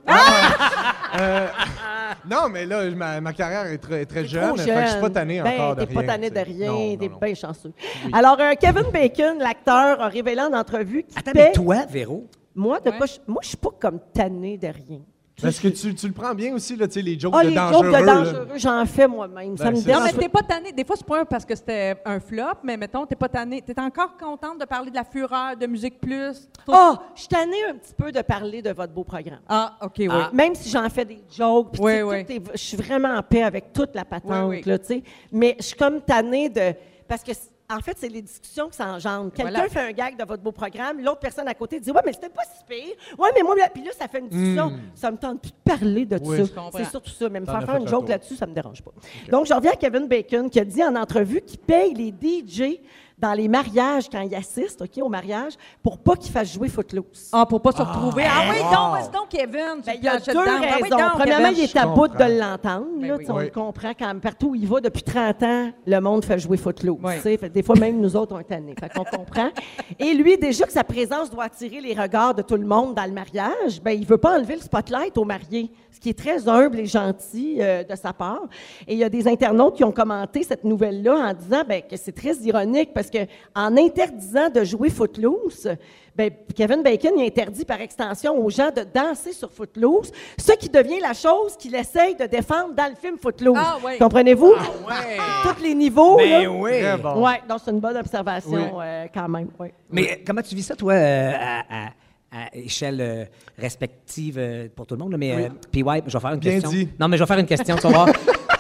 Speaker 3: Euh, non, mais là, ma, ma carrière est très, très jeune,
Speaker 4: Trop
Speaker 3: fait que je suis pas
Speaker 4: jeune.
Speaker 3: tanné
Speaker 4: Ben,
Speaker 3: encore de rien.
Speaker 4: T'es pas tanné
Speaker 3: tu
Speaker 4: de
Speaker 3: sais. Non,
Speaker 4: rien,
Speaker 3: non,
Speaker 4: t'es
Speaker 3: non.
Speaker 4: bien chanceux. Alors, euh, Kevin Bacon, l'acteur, a révélé en entrevue qu'il
Speaker 5: Attends,
Speaker 4: paie-
Speaker 5: mais toi, Véro,
Speaker 4: Moi, de quoi je- moi, je suis pas comme tanné de rien.
Speaker 3: Parce que tu, tu le prends bien aussi, là, tu sais, les jokes
Speaker 4: Ah,
Speaker 3: de
Speaker 4: les
Speaker 3: dangereux.
Speaker 4: jokes de
Speaker 3: là.
Speaker 4: dangereux, j'en fais moi-même. ça
Speaker 3: Ben,
Speaker 4: me
Speaker 3: c'est
Speaker 6: Non, mais
Speaker 4: dérange.
Speaker 6: t'es pas tannée. Des fois, c'est pas un parce que c'était un flop, mais mettons, t'es pas tannée. T'es encore contente de parler de la fureur, de musique plus. Faut-
Speaker 4: Ah, je suis tannée un petit peu de parler de votre beau programme.
Speaker 6: Ah, OK, oui.
Speaker 4: Même si j'en fais des jokes, puis
Speaker 6: Oui,
Speaker 4: tu sais,
Speaker 6: oui.
Speaker 4: tout est- je suis vraiment en paix avec toute la patente,
Speaker 6: Oui, oui.
Speaker 4: là, tu sais. Mais je suis comme tannée de... Parce que, c'est- en fait, c'est les discussions que ça engendre. Quelqu'un
Speaker 6: Voilà.
Speaker 4: fait un gag de votre beau programme, l'autre personne à côté dit « Ouais, mais c'était pas si pire. Ouais, mais moi... » Puis là, ça fait une discussion. Ça me tente plus de parler de
Speaker 3: Oui. Je
Speaker 4: ça.
Speaker 6: Hmm. comprends.
Speaker 4: C'est surtout ça. Même
Speaker 3: T'en
Speaker 4: faire
Speaker 3: as
Speaker 4: faire
Speaker 3: fait
Speaker 4: une
Speaker 3: le
Speaker 4: joke
Speaker 3: tour.
Speaker 4: là-dessus, ça me dérange pas. Donc, je reviens à Kevin Bacon qui a dit en entrevue qu'il paye les DJ dans les mariages quand ils assistent, OK, au mariage, pour pas qu'ils fassent jouer Footloose.
Speaker 6: Ah, pour pas se retrouver. Ah, oui,
Speaker 3: wow.
Speaker 6: donc, c'est donc Kevin.
Speaker 4: Ben,
Speaker 6: tu
Speaker 4: il y a
Speaker 6: planches
Speaker 4: deux
Speaker 6: dedans. Ah, oui,
Speaker 4: raisons.
Speaker 6: donc,
Speaker 4: Premièrement,
Speaker 6: Kevin.
Speaker 4: il est à
Speaker 3: je
Speaker 4: bout de
Speaker 3: comprends.
Speaker 4: l'entendre.
Speaker 6: Ben
Speaker 4: là,
Speaker 6: oui.
Speaker 4: tu sais, On
Speaker 3: Oui.
Speaker 4: le comprend quand même. Partout où il va, depuis 30 ans, le monde fait jouer Footloose.
Speaker 6: Oui.
Speaker 4: tu sais. Fait que des fois, même nous autres, on est tannés. Fait qu'on comprend. Et lui, déjà que sa présence doit attirer les regards de tout le monde dans le mariage, ben, il veut pas enlever le spotlight aux mariés, ce qui est très humble et gentil euh, de sa part. Et il y a des internautes qui ont commenté cette nouvelle-là en disant ben, que c'est très ironique parce que en interdisant de jouer Footloose, ben, Kevin Bacon il interdit par extension aux gens de danser sur Footloose, ce qui devient la chose qu'il essaye de défendre dans le film Footloose.
Speaker 6: Ah oui.
Speaker 4: Comprenez-vous?
Speaker 5: ouais.
Speaker 4: Tous les niveaux.
Speaker 5: Ben
Speaker 4: Oh, là.
Speaker 5: oui.
Speaker 3: Très bon.
Speaker 4: Ouais, donc c'est une bonne observation
Speaker 3: Ah. Oui.
Speaker 4: euh, quand même. ouais.
Speaker 5: Mais euh, comment tu vis ça, toi, euh, à, à- à échelle euh, respective euh, pour tout le monde? là, mais, euh, puis ouais, je vais faire une
Speaker 3: Bien
Speaker 5: question.
Speaker 3: dit.
Speaker 5: Non, mais je vais faire une question, tu vas voir.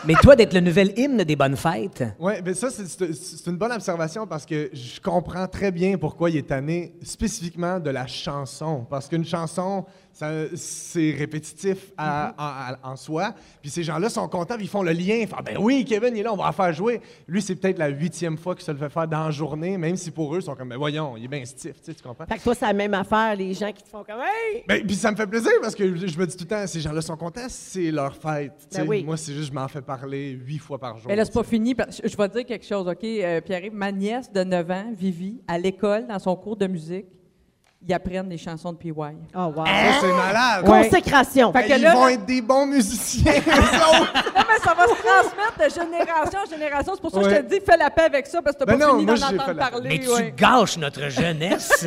Speaker 5: mais toi, d'être le nouvel hymne des bonnes fêtes,
Speaker 3: Oui, mais ça, c'est- c'est c'est une bonne observation parce que je comprends très bien pourquoi il est tanné spécifiquement de la chanson. Parce qu'une chanson, ça- c'est répétitif à-
Speaker 6: Mm-hmm.
Speaker 3: en- en, en soi. Puis ces gens-là sont contents, puis ils font le lien. Ils font, Ah ben oui, Kevin, il est là, on va la faire jouer. Lui, c'est peut-être la huitième fois qu'il se le fait faire dans la journée, même si pour eux, ils sont comme, ben voyons, il est bien stiff, tu sais, tu comprends?
Speaker 4: Fait que toi, c'est la même affaire, les gens qui te font comme Hey!
Speaker 3: Ben, puis ça me fait plaisir parce que je me dis tout le temps, ces gens-là sont contents, c'est leur fête. tu sais.
Speaker 4: Ben oui.
Speaker 3: Moi, c'est juste, je m'en fais parler huit fois par jour.
Speaker 6: Mais Ben là, c'est pas fini. parce que Je vais dire quelque chose, OK, euh, Pierre-Yves? Ma nièce de 9 ans, Vivi, à l'école, dans son cours de musique, ils apprennent les chansons de PY.
Speaker 4: Oh, wow.
Speaker 3: Ça, c'est malade.
Speaker 6: Ouais.
Speaker 4: Consécration.
Speaker 6: Fait que
Speaker 3: Ils
Speaker 6: là,
Speaker 3: vont
Speaker 6: là-
Speaker 3: être des bons musiciens, eux autres.
Speaker 6: Non, Ah, mais ça va se transmettre de génération en génération. C'est pour ça que je
Speaker 3: Ouais.
Speaker 6: te dis, fais la paix avec ça, parce que t'as
Speaker 3: Ben
Speaker 6: pas
Speaker 3: non,
Speaker 6: fini
Speaker 3: moi,
Speaker 6: d'en
Speaker 3: j'ai fait
Speaker 6: entendre
Speaker 3: la paix.
Speaker 6: parler.
Speaker 5: Mais tu
Speaker 6: ouais.
Speaker 5: gâches notre jeunesse.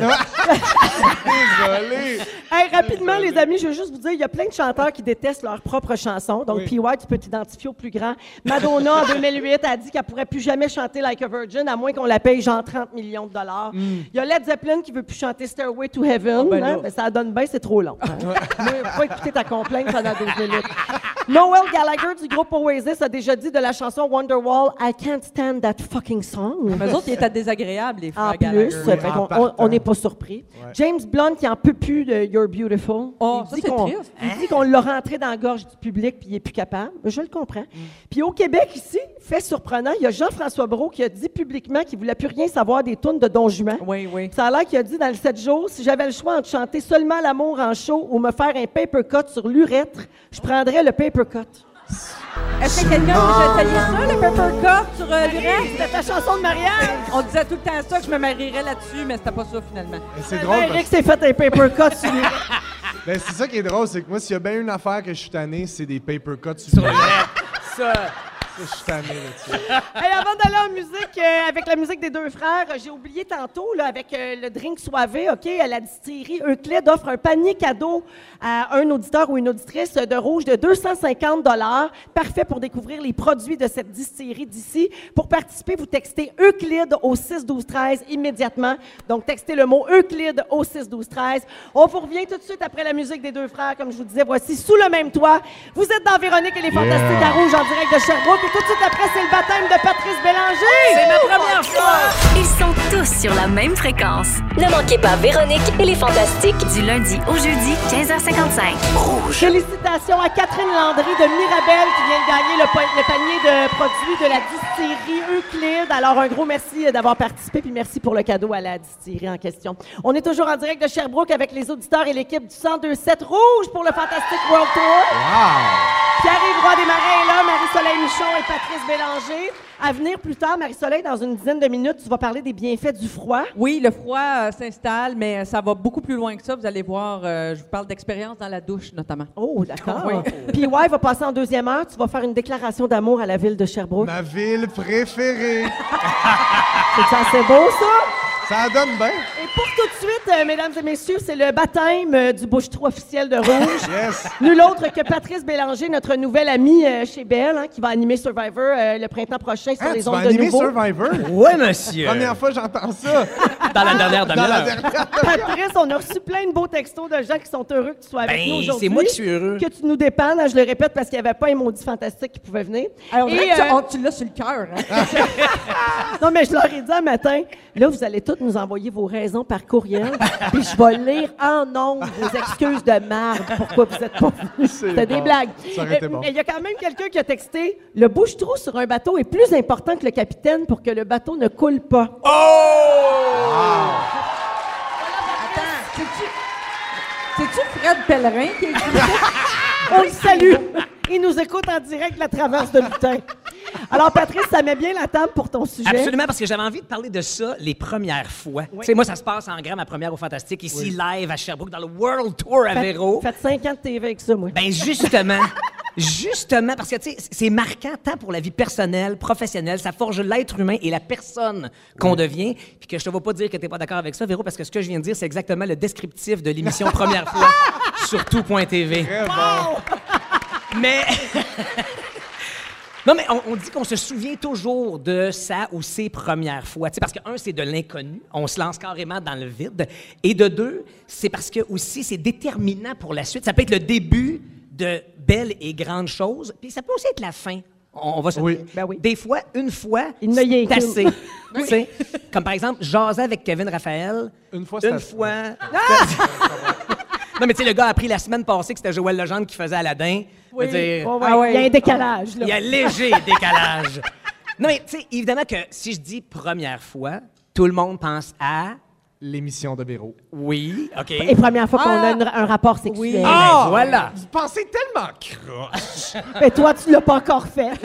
Speaker 3: Désolé.
Speaker 4: Hey, rapidement, les amis, je veux juste vous dire, il y a plein de chanteurs qui détestent leurs propres chansons. Donc,
Speaker 3: Oui.
Speaker 4: P.Y., tu peux t'identifier au plus grand. Madonna, en 2008, a dit qu'elle pourrait plus jamais chanter Like a Virgin, à moins qu'on la paye genre 30 millions de dollars. Il y a Led Zeppelin qui veut plus chanter Stairway to Heaven.
Speaker 6: Mm. ben là.
Speaker 4: hein, mais ça donne bien, c'est trop long. hein. Mais faut écouter ta complainte pendant 12 minutes. Noel Gallagher du groupe Oasis a déjà dit de la chanson Wonderwall, « I can't stand that fucking song ».
Speaker 6: Mais eux autres, ils étaient désagréables, les
Speaker 4: En
Speaker 6: frères Gallagher.
Speaker 4: plus, fait qu'on-
Speaker 3: partant.
Speaker 4: on- on n'est pas surpris. James Blunt qui en peut plus de You're Beautiful.
Speaker 6: Oh,
Speaker 4: il
Speaker 6: ça,
Speaker 4: dit
Speaker 6: c'est
Speaker 4: qu'on-
Speaker 6: triste. Hein?
Speaker 4: il dit qu'on l'a rentré dans la gorge du public puis il est plus capable. Je le comprends. Puis au Québec ici, fait surprenant, il y a Jean-François Brault qui a dit publiquement qu'il voulait plus rien savoir des tunes de Don Juan.
Speaker 6: Oui, oui.
Speaker 4: Ça a l'air qu'il a dit dans le 7 jours, si j'avais le choix entre chanter seulement l'amour en show ou me faire un paper cut sur l'urètre, je prendrais le paper cut.
Speaker 6: Est-ce que quelqu'un a déjà essayé ça, le paper cut sur euh, l'urètre?
Speaker 4: C'était ta chanson de mariage!
Speaker 6: On disait tout le temps ça, que je me marierais là-dessus, mais c'était pas ça, finalement.
Speaker 3: Mais C'est
Speaker 4: Ben,
Speaker 3: drôle. parce
Speaker 4: Eric s'est fait un paper cut sur l'urètre.
Speaker 3: que- ben, c'est ça qui est drôle, c'est que moi, s'il y a bien une affaire que je suis tanné, c'est des paper cuts sur le
Speaker 5: Ça,
Speaker 3: Je suis tanné là-dessus.
Speaker 4: Hey, avant d'aller en musique, euh, avec la musique des deux frères, euh, j'ai oublié tantôt, là, avec euh, le drink soivé, OK, à la distillerie Euclid offre un panier cadeau à un auditeur ou une auditrice de rouge de 250 Parfait pour découvrir les produits de cette distillerie d'ici. Pour participer, vous textez Euclid au 6-12-13 immédiatement. Donc, textez le mot Euclid au 6-12-13. On vous revient tout de suite après la musique des deux frères. Comme je vous disais, voici Sous le même toit. Vous êtes dans Véronique et les Fantastiques à Rouge en direct de Sherbrooke. Et tout de suite après, c'est le baptême de Patrice Bélanger.
Speaker 6: C'est ma première fois!
Speaker 1: Ils sont tous sur la même fréquence.
Speaker 2: Ne manquez pas Véronique et les Fantastiques.
Speaker 1: Du lundi au jeudi, 15h55.
Speaker 4: Félicitations à Catherine Landry de Mirabel qui vient de gagner le, pa- le panier de produits de la distillerie Euclide. Alors, un gros merci euh, d'avoir participé, puis merci pour le cadeau à la distillerie en question. On est toujours en direct de Sherbrooke avec les auditeurs et l'équipe du 1027 Rouge pour le Fantastic World Tour. Pierre-Yves Roy des Marais est là, Marie-Soleil Michon et Patrice Bélanger. À venir plus tard, Marie-Soleil, dans une dizaine de minutes, tu vas parler des bienfaits du froid.
Speaker 6: Oui, le froid euh, s'installe, mais euh, ça va beaucoup plus loin que ça. Vous allez voir, euh, je vous parle d'expérience dans la douche, notamment.
Speaker 4: Oh, d'accord.
Speaker 6: Oui.
Speaker 4: Puis ouais, va passer en deuxième heure. Tu vas faire une déclaration d'amour à la ville de Sherbrooke.
Speaker 3: Ma ville préférée.
Speaker 4: C'est assez beau, ça?
Speaker 3: Ça donne bien.
Speaker 4: Et pour tout de suite, euh, mesdames et messieurs, c'est le baptême euh, du bouche-trou officiel de Rouge.
Speaker 3: Yes.
Speaker 4: Nul autre que Patrice Bélanger, notre nouvel ami euh, chez Belle, hein, qui va animer Survivor euh, le printemps prochain sur
Speaker 3: Hein, tu
Speaker 4: les
Speaker 3: vas
Speaker 4: ondes de
Speaker 3: animer
Speaker 4: nouveau.
Speaker 3: Survivor?
Speaker 5: ouais, monsieur.
Speaker 3: Première fois que j'entends ça
Speaker 5: Dans la dernière
Speaker 3: dans la
Speaker 5: demi-heure.
Speaker 3: dernière.
Speaker 4: Patrice, on a reçu plein de beaux textos de gens qui sont heureux que tu sois avec
Speaker 5: Ben,
Speaker 4: nous aujourd'hui.
Speaker 5: c'est moi qui suis heureux.
Speaker 4: Que tu nous dépannes, hein, je le répète, parce qu'il n'y avait pas un maudit fantastique qui pouvait venir.
Speaker 6: Alors,
Speaker 4: Et,
Speaker 6: tu,
Speaker 4: euh,
Speaker 6: on- tu l'as sur le cœur. hein?
Speaker 4: Non, mais je leur ai dit un matin, là, vous allez toutes nous envoyer vos raisons par courriel, puis je vais lire en nombre vos excuses de marde pourquoi vous êtes pas venus.
Speaker 3: C'est
Speaker 4: C'était des
Speaker 3: bon.
Speaker 4: blagues.
Speaker 3: Ça aurait été
Speaker 4: Euh,
Speaker 3: bon.
Speaker 4: mais Il y a quand même quelqu'un qui a texté Le bouche-trou sur un bateau est plus important que le capitaine pour que le bateau ne coule pas.
Speaker 6: Attends, c'est-tu- c'est-tu Fred Pellerin qui est
Speaker 4: On le salue. Il nous écoute en direct de la traverse de Lutin. Alors, Patrice, ça met bien la table pour ton sujet.
Speaker 5: Absolument, parce que j'avais envie de parler de ça les premières fois. Tu sais, moi, ça se passe en grand, ma première au Fantastique, ici, live à Sherbrooke, dans le World Tour à Véro.
Speaker 4: Faites 5 ans de TV avec ça, moi.
Speaker 5: Ben justement, justement, parce que tu sais, c- c'est marquant tant pour la vie personnelle, professionnelle, ça forge l'être humain et la personne qu'on devient. Puis que je te vois pas dire que t'es pas d'accord avec ça, Véro, parce que ce que je viens de dire, c'est exactement le descriptif de l'émission Première fois sur tout.tv.
Speaker 3: Très bon.
Speaker 5: Mais. Non, mais on, on dit qu'on se souvient toujours de sa ou ses premières fois. Tu sais, parce que, un, c'est de l'inconnu. On se lance carrément dans le vide. Et de deux, c'est parce que aussi, c'est déterminant pour la suite. Ça peut être le début de belles et grandes choses. Puis ça peut aussi être la fin. On, on va se
Speaker 3: Oui.
Speaker 4: Ben oui.
Speaker 5: Des fois, une fois,
Speaker 4: Il n'a rien
Speaker 5: c'est assez.
Speaker 4: qu'une.
Speaker 5: Tu sais, Comme par exemple, jaser avec Kevin Raphaël.
Speaker 3: Une fois, c'est
Speaker 5: Une
Speaker 3: assez.
Speaker 5: fois. Ah! Non, mais tu sais, le gars a appris la semaine passée que c'était Joël Legendre qui faisait Aladdin. Je veux dire,
Speaker 4: Ouais, ouais,
Speaker 6: Ah ouais.
Speaker 4: Il y a un décalage, là.
Speaker 5: il y a léger décalage. Non, mais tu sais, évidemment que si je dis première fois, tout le monde pense à
Speaker 3: l'émission de Véro.
Speaker 5: Oui, OK.
Speaker 4: Et première fois qu'on
Speaker 6: Ah!
Speaker 4: a une- un rapport sexuel.
Speaker 6: Oui.
Speaker 5: Ah, ben voilà.
Speaker 3: Vous pensez tellement croche.
Speaker 4: Mais toi, tu l'as pas encore fait.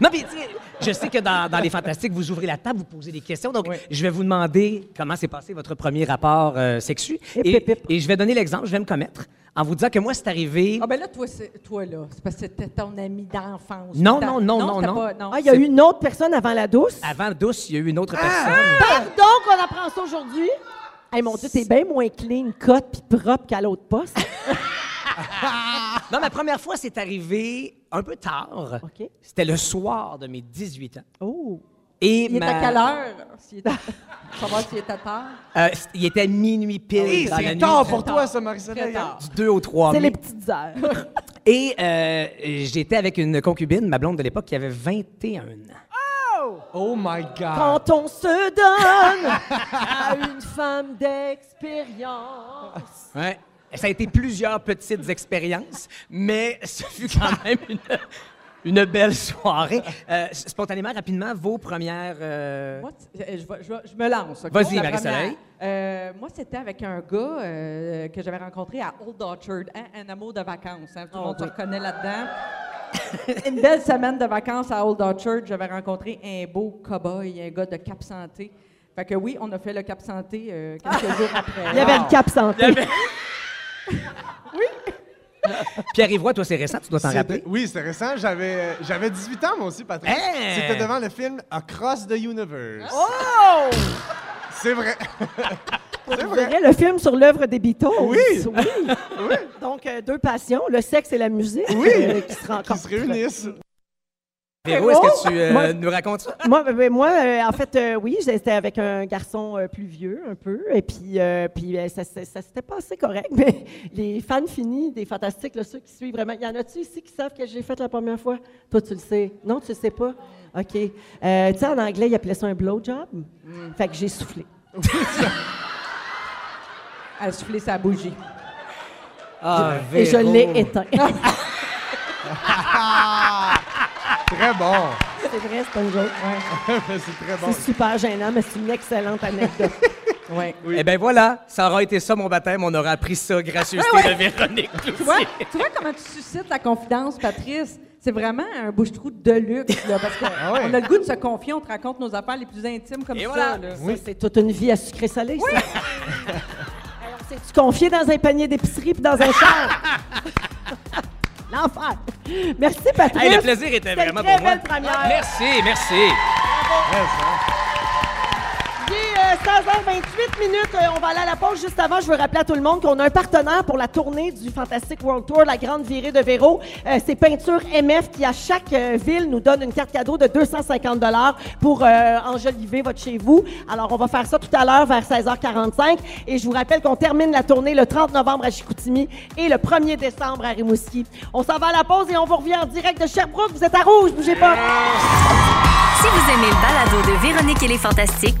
Speaker 5: Non, mais tu sais, je sais que dans, dans Les Fantastiques, vous ouvrez la table, vous posez des questions. Donc, je vais vous demander comment s'est passé votre premier rapport euh, sexu.
Speaker 4: Hip,
Speaker 5: Et,
Speaker 4: hip, hip.
Speaker 5: et je vais donner l'exemple, je vais me commettre en vous disant que moi, c'est arrivé.
Speaker 6: Ah ben là, toi, c'est- toi là, c'est parce que c'était ton ami d'enfance.
Speaker 5: Non,
Speaker 6: Ta-
Speaker 5: non, non, non,
Speaker 6: c'était
Speaker 5: non.
Speaker 6: pas- non.
Speaker 4: Ah, il y a eu une autre personne avant la douce.
Speaker 5: Avant Douce, il y a eu une autre personne.
Speaker 4: Pardon qu'on apprend ça aujourd'hui. Hey, mon Dieu, t'es bien moins clean, cote puis propre qu'à l'autre poste.
Speaker 5: Non, ma première fois, c'est arrivé un peu tard.
Speaker 4: OK.
Speaker 5: C'était le soir de mes 18 ans.
Speaker 4: Oh.
Speaker 5: Et
Speaker 6: Il est
Speaker 5: ma-
Speaker 6: à quelle heure? S'il est à- Savoir s'il est à tard.
Speaker 5: Euh, c- il était minuit pile
Speaker 3: Hey,
Speaker 5: dans la
Speaker 3: c'est
Speaker 5: nuit.
Speaker 3: tard pour toi, ça, Marie-Soleil. hein?
Speaker 6: Très tard.
Speaker 5: Du 2 au 3
Speaker 4: C'est
Speaker 5: mai.
Speaker 4: les petites heures.
Speaker 5: Et euh, j'étais avec une concubine, ma blonde de l'époque, qui avait 21 ans.
Speaker 3: Oh my God.
Speaker 4: Quand on se donne à une femme d'expérience.
Speaker 5: Ouais. Ça a été plusieurs petites expériences, mais ce fut quand même une, une belle soirée. Euh, spontanément, rapidement, vos premières... euh,
Speaker 6: Moi, tu- euh, je, vais- je vais- je me lance. ok?
Speaker 5: Vas-y,
Speaker 6: La
Speaker 5: Marie-Soleil.
Speaker 6: première, euh, moi, c'était avec un gars euh, que j'avais rencontré à Old Orchard, hein, un amour de vacances. hein,
Speaker 4: Oh,
Speaker 6: tout le monde se reconnaît là-dedans. Une belle semaine de vacances à Old Orchard, j'avais rencontré un beau cow-boy, un gars de Cap Santé. Fait que oui, on a fait le Cap Santé euh, quelques jours après.
Speaker 4: Ah! Il y avait le cap santé.
Speaker 5: Pierre Ivoire, toi, c'est récent, tu dois t'en
Speaker 3: C'était-
Speaker 5: rappeler.
Speaker 3: Oui, c'est récent. J'avais j'avais 18 ans, moi aussi, Patrick.
Speaker 5: Hey!
Speaker 3: C'était devant le film Across the Universe.
Speaker 4: Oh!
Speaker 3: C'est vrai. c'est
Speaker 4: Vous
Speaker 3: vrai.
Speaker 4: verrez le film sur l'œuvre des Beatles.
Speaker 3: Oui.
Speaker 4: Oui. Donc, euh, deux passions, le sexe et la musique
Speaker 3: Oui.
Speaker 4: euh, qui se rencontrent.
Speaker 3: Qui se réunissent.
Speaker 5: Véro, est-ce que tu euh,
Speaker 4: Oh! Moi-
Speaker 5: nous racontes ça?
Speaker 4: Moi, ben, ben, moi euh, en fait, euh, oui, j'étais avec un garçon euh, plus vieux, un peu, et puis, euh, puis euh, ça, ça- ça s'était passé correct, mais les fans finis des Fantastiques, là, ceux qui suivent vraiment, y en a-tu ici qui savent que j'ai fait la première fois? Toi, tu le sais. Non, tu le sais pas? OK. Euh, tu sais, en anglais, ils appelaient ça un blowjob. Fait que j'ai soufflé.
Speaker 6: À souffler sa bougie.
Speaker 5: Ah,
Speaker 4: Et je
Speaker 5: Véro.
Speaker 4: l'ai éteint.
Speaker 3: Très bon.
Speaker 4: c'est vrai, c'est un joke.
Speaker 3: c'est très bon.
Speaker 4: C'est super gênant, mais c'est une excellente anecdote.
Speaker 6: Ouais.
Speaker 5: Eh bien voilà, ça aura été ça mon baptême, on aura appris ça, gracieuseté
Speaker 4: Ah
Speaker 5: de Véronique
Speaker 6: Tu vois,
Speaker 5: Cloutier.
Speaker 6: tu vois comment tu suscites la confidence, Patrice? C'est vraiment un bouche-trou de luxe, là, parce qu'on
Speaker 3: Ah ouais.
Speaker 6: a le goût de se confier, on te raconte nos affaires les plus intimes comme
Speaker 5: Et
Speaker 6: ça.
Speaker 5: voilà.
Speaker 6: là.
Speaker 4: Ça, c'est toute une vie à sucré salé, ça. Alors, c'est-tu confié dans un panier d'épicerie puis dans un char? L'enfer! Merci, Patrick.
Speaker 5: Hey, le plaisir était,
Speaker 4: C'était
Speaker 5: vraiment
Speaker 4: une très
Speaker 5: pour moi.
Speaker 4: belle première.
Speaker 5: Merci, merci.
Speaker 4: Il est euh, 16h28 minutes. Euh, on va aller à la pause juste avant. Je veux rappeler à tout le monde qu'on a un partenaire pour la tournée du Fantastic World Tour, la grande virée de Véro. Euh, c'est Peinture MF qui, à chaque euh, ville, nous donne une carte cadeau de 250 pour euh, enjoliver votre chez vous. Alors, on va faire ça tout à l'heure vers 16h45. Et je vous rappelle qu'on termine la tournée le 30 novembre à Chicoutimi et le 1er décembre à Rimouski. On s'en va à la pause et on vous revient en direct de Sherbrooke. Vous êtes à rouge, bougez pas.
Speaker 1: Si vous aimez le balado de Véronique et les Fantastiques,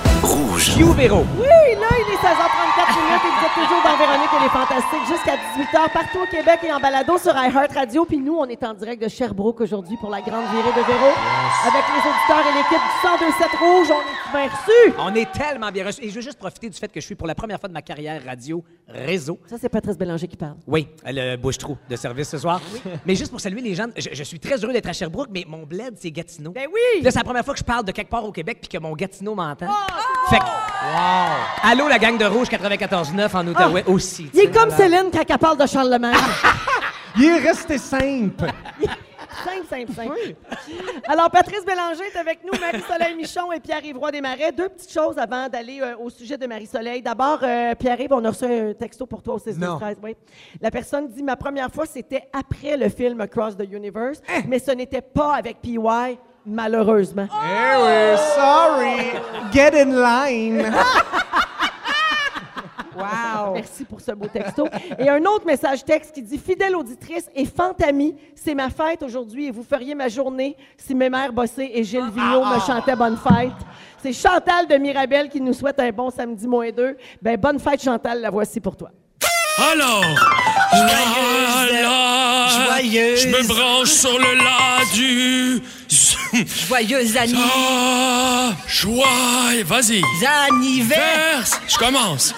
Speaker 5: You, Véro.
Speaker 4: Oui, là, il est 16h34 minutes et vous êtes toujours dans Véronique et les Fantastiques jusqu'à 18h partout au Québec et en balado sur iHeartRadio. Puis nous, on est en direct de Sherbrooke aujourd'hui pour la grande virée de Véro avec les auditeurs et l'équipe du 1027 Rouge. On est bien reçus.
Speaker 5: On est tellement bien reçus. Et je veux juste profiter du fait que je suis pour la première fois de ma carrière radio réseau.
Speaker 4: Ça, c'est Patrice Bélanger qui parle.
Speaker 5: Oui, le bouche-trou de service ce soir. Mais juste pour saluer les gens, je, je suis très heureux d'être à Sherbrooke, mais mon bled, c'est Gatineau.
Speaker 4: Ben oui!
Speaker 5: Là, c'est la première fois que je parle de quelque part au Québec puis que mon Gatineau m'entend.
Speaker 4: Oh,
Speaker 5: fait que- Allô, la gang de Rouge 94-9 en Outaouais aussi.
Speaker 4: Ah. Il
Speaker 5: tu
Speaker 4: est
Speaker 5: sais.
Speaker 4: comme Céline quand elle parle de Charlemagne.
Speaker 3: Il est resté simple.
Speaker 4: Simple, simple, simple. Alors, Patrice Bélanger est avec nous, Marie-Soleil Michon et Pierre-Yves Roy Desmarais. Deux petites choses avant d'aller euh, au sujet de Marie-Soleil. D'abord, euh, Pierre-Yves, on a reçu un texto pour toi au 6
Speaker 3: Non.
Speaker 4: 13 oui. La personne dit « Ma première fois, c'était après le film Across the Universe, mais ce n'était pas avec P.Y., malheureusement.
Speaker 3: Eh oui, sorry. Get in line.
Speaker 6: Wow!
Speaker 4: Merci pour ce beau texto. Et un autre message texte qui dit Fidèle auditrice et fantamie, c'est ma fête aujourd'hui et vous feriez ma journée si mes mères bossées et Gilles Vigneault me chantaient bonne fête. C'est Chantal de Mirabel qui nous souhaite un bon samedi moins deux. Ben, bonne fête, Chantal, la voici pour toi.
Speaker 8: Alors, joyeux,
Speaker 5: Joyeuse,
Speaker 8: Je me branche sur le la du.
Speaker 5: joyeuse
Speaker 8: Ah, joie. Vas-y.
Speaker 5: anniversaire,
Speaker 8: Verse. Je commence.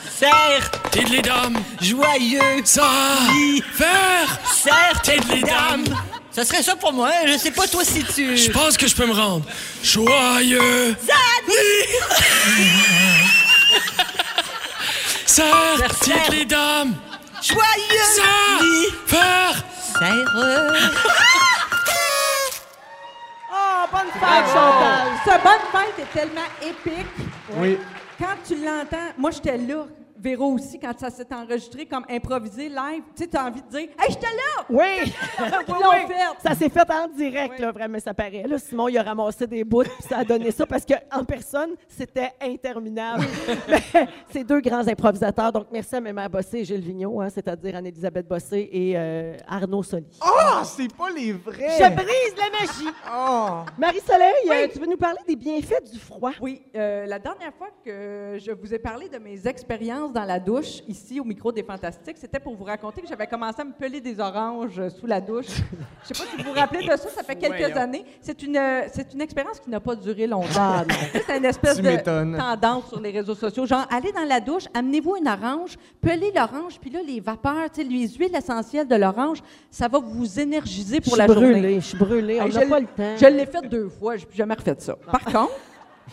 Speaker 8: T'es de les dames.
Speaker 5: joyeux
Speaker 8: Ça. Faire.
Speaker 5: serre,
Speaker 8: T'es de les dames.
Speaker 5: Ça serait ça pour moi, hein. je sais pas toi si tu...
Speaker 8: Je pense que je peux me rendre. Joyeux. Ça. T'es de les dames.
Speaker 5: Joyeux
Speaker 8: Ça. Faire.
Speaker 4: Oh, bonne fête, Chantal!
Speaker 6: Sa Ah, bonne fête est tellement épique.
Speaker 3: Oui.
Speaker 6: Quand tu l'entends, moi j'étais là, Véro aussi, quand ça s'est enregistré comme improvisé live, tu sais, t'as envie de dire Hey, j'étais là!
Speaker 4: Oui!
Speaker 6: Ils
Speaker 4: Oui,
Speaker 6: l'ont
Speaker 4: oui.
Speaker 6: fait.
Speaker 4: Ça s'est fait en direct, là, vraiment, ça paraît. Là, Simon, il a ramassé des bouts, puis ça a donné ça, parce qu'en personne, c'était interminable. Mais c'est deux grands improvisateurs, donc merci à mes mères Bossé et Gilles Vigneault, hein, c'est-à-dire Anne-Elisabeth Bossé et euh, Arnaud Soli.
Speaker 6: Oh!
Speaker 3: Ah, c'est pas les vrais!
Speaker 4: Je brise la magie!
Speaker 3: Ah.
Speaker 4: Marie-Soleil, euh, tu veux nous parler des bienfaits du froid?
Speaker 6: Oh!
Speaker 3: Hein?
Speaker 6: Oui, euh, la dernière fois que je vous ai parlé de mes expériences dans la douche, ici au micro des Fantastiques, c'était pour vous raconter que j'avais commencé à me peler des oranges euh, sous la douche. Je sais pas si vous vous rappelez de ça, ça fait quelques années. C'est une, euh, c'est une expérience qui n'a pas duré longtemps. c'est une espèce
Speaker 3: Tu
Speaker 6: de
Speaker 3: m'étonnes.
Speaker 6: tendance sur les réseaux sociaux. Genre, allez dans la douche, amenez-vous une orange, pelez l'orange, puis là, les vapeurs, tu sais, les huiles essentielles de l'orange, ça va vous énergiser pour la
Speaker 4: brûlée,
Speaker 6: journée.
Speaker 4: Je suis brûlée, on
Speaker 6: Hey,
Speaker 4: n'a
Speaker 6: je
Speaker 4: pas
Speaker 6: l-
Speaker 4: le temps.
Speaker 6: Je l'ai fait deux fois, j'ai plus jamais refait ça. Par contre,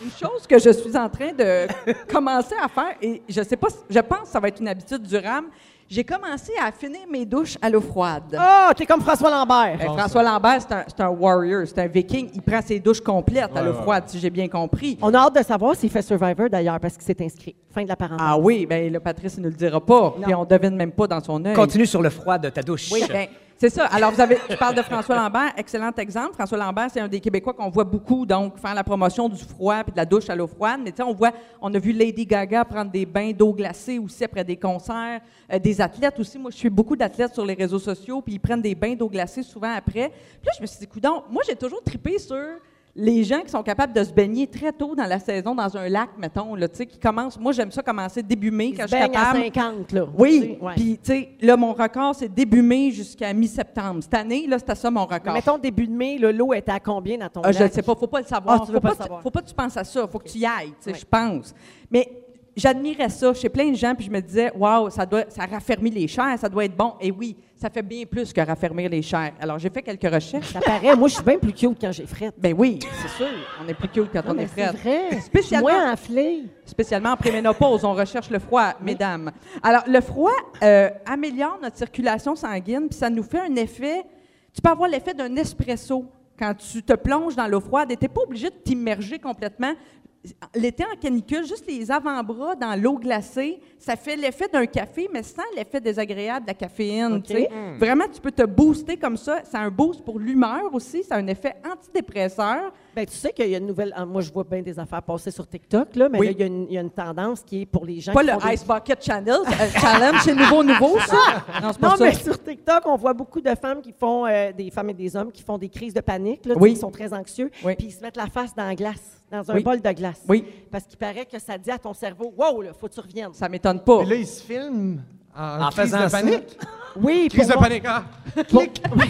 Speaker 6: une chose que je suis en train de commencer à faire, et je sais pas, si- je pense que ça va être une habitude durable, j'ai commencé à finir mes douches à l'eau froide.
Speaker 4: Ah, t'es comme François Lambert!
Speaker 6: Euh, François Lambert, c'est un, c'est un warrior, c'est un viking. Il prend ses douches complètes à l'eau froide, si j'ai bien compris.
Speaker 4: On a hâte de savoir s'il fait Survivor, d'ailleurs, parce qu'il s'est inscrit. Fin de la parenthèse.
Speaker 6: Ah oui, bien, le Patrice ne le dira pas. Puis on devine même pas dans son œil.
Speaker 5: Continue sur le froid de ta douche.
Speaker 6: Oui, ben, c'est ça. Alors, vous avez, je parle de François Lambert, excellent exemple. François Lambert, c'est un des Québécois qu'on voit beaucoup, donc, faire la promotion du froid puis de la douche à l'eau froide. Mais tu sais, on voit, on a vu Lady Gaga prendre des bains d'eau glacée aussi après des concerts, Euh, des athlètes aussi. Moi, je suis beaucoup d'athlètes sur les réseaux sociaux, puis ils prennent des bains d'eau glacée souvent après. Puis là, je me suis dit, coudon, moi, j'ai toujours tripé sur les gens qui sont capables de se baigner très tôt dans la saison dans un lac, mettons, là, tu sais, qui commencent. Moi, j'aime ça commencer début mai quand
Speaker 4: Il
Speaker 6: je
Speaker 4: se
Speaker 6: suis
Speaker 4: baigne à
Speaker 6: capable.
Speaker 4: 50, là.
Speaker 6: Oui,
Speaker 4: Ouais.
Speaker 6: puis tu sais, là, mon record, c'est début mai jusqu'à mi-septembre. Cette année, là, c'était ça mon
Speaker 4: Mais
Speaker 6: record.
Speaker 4: mettons, début de mai, là, l'eau était à combien dans ton
Speaker 6: Ah, je ne
Speaker 4: lac?
Speaker 6: sais pas, faut pas le savoir.
Speaker 4: Ah, tu veux
Speaker 6: faut,
Speaker 4: pas
Speaker 6: pas
Speaker 4: le
Speaker 6: que tu-
Speaker 4: savoir.
Speaker 6: faut pas que tu penses à ça, faut que tu y ailles, tu sais,
Speaker 4: Oui.
Speaker 6: je pense. Mais j'admirais ça chez plein de gens, puis je me disais, waouh, ça, doit- ça raffermit les chairs, ça doit être bon. Et oui, ça fait bien plus que raffermir les chairs. Alors, j'ai fait quelques recherches.
Speaker 4: Ça paraît, moi, je suis bien plus cute quand j'ai frette.
Speaker 6: Ben oui, c'est sûr, on est plus cute quand
Speaker 4: Non,
Speaker 6: on est
Speaker 4: mais c'est
Speaker 6: frère.
Speaker 4: vrai.
Speaker 6: Spécialement-
Speaker 4: Moi, enflée.
Speaker 6: Spécialement en préménopause, on recherche le froid, mesdames. Alors, le froid euh, améliore notre circulation sanguine, puis ça nous fait un effet. Tu peux avoir l'effet d'un espresso quand tu te plonges dans l'eau froide et tu n'es pas obligé de t'immerger complètement. L'été en canicule, juste les avant-bras dans l'eau glacée, ça fait l'effet d'un café, mais sans l'effet désagréable de la caféine.
Speaker 4: OK.
Speaker 6: tu sais. Vraiment, tu peux te booster comme ça. Ça a un boost pour l'humeur aussi. Ça a un effet antidépresseur.
Speaker 4: Ben, tu sais qu'il y a une nouvelle. ah, Moi, je vois bien des affaires passer sur TikTok, là, mais
Speaker 6: Oui.
Speaker 4: là, il y, a une- il y a une tendance qui est Hein, pour les gens
Speaker 6: Pas
Speaker 4: qui
Speaker 6: le
Speaker 4: font des-
Speaker 6: Ice Bucket Channel, euh, Challenge, c'est nouveau, nouveau, ça? Non, c'est pas
Speaker 4: Non,
Speaker 6: ça.
Speaker 4: mais sur TikTok, on voit beaucoup de femmes qui font, euh, des femmes et des hommes qui font des crises de panique, là, tu
Speaker 6: Oui.
Speaker 4: sais, qui sont très anxieux,
Speaker 6: Oui.
Speaker 4: puis ils se mettent la face dans la glace, dans un
Speaker 6: Oui.
Speaker 4: bol de glace.
Speaker 6: Oui.
Speaker 4: Parce qu'il paraît que ça dit à ton cerveau, wow, là, faut que tu reviennes.
Speaker 6: Ça m'étonne pas.
Speaker 3: Puis là, ils se filment en,
Speaker 5: En
Speaker 3: crise
Speaker 5: faisant
Speaker 3: de
Speaker 5: ça.
Speaker 3: panique.
Speaker 4: Oui,
Speaker 3: Crise de
Speaker 4: pour
Speaker 3: panique, ah! Clic!
Speaker 4: moi,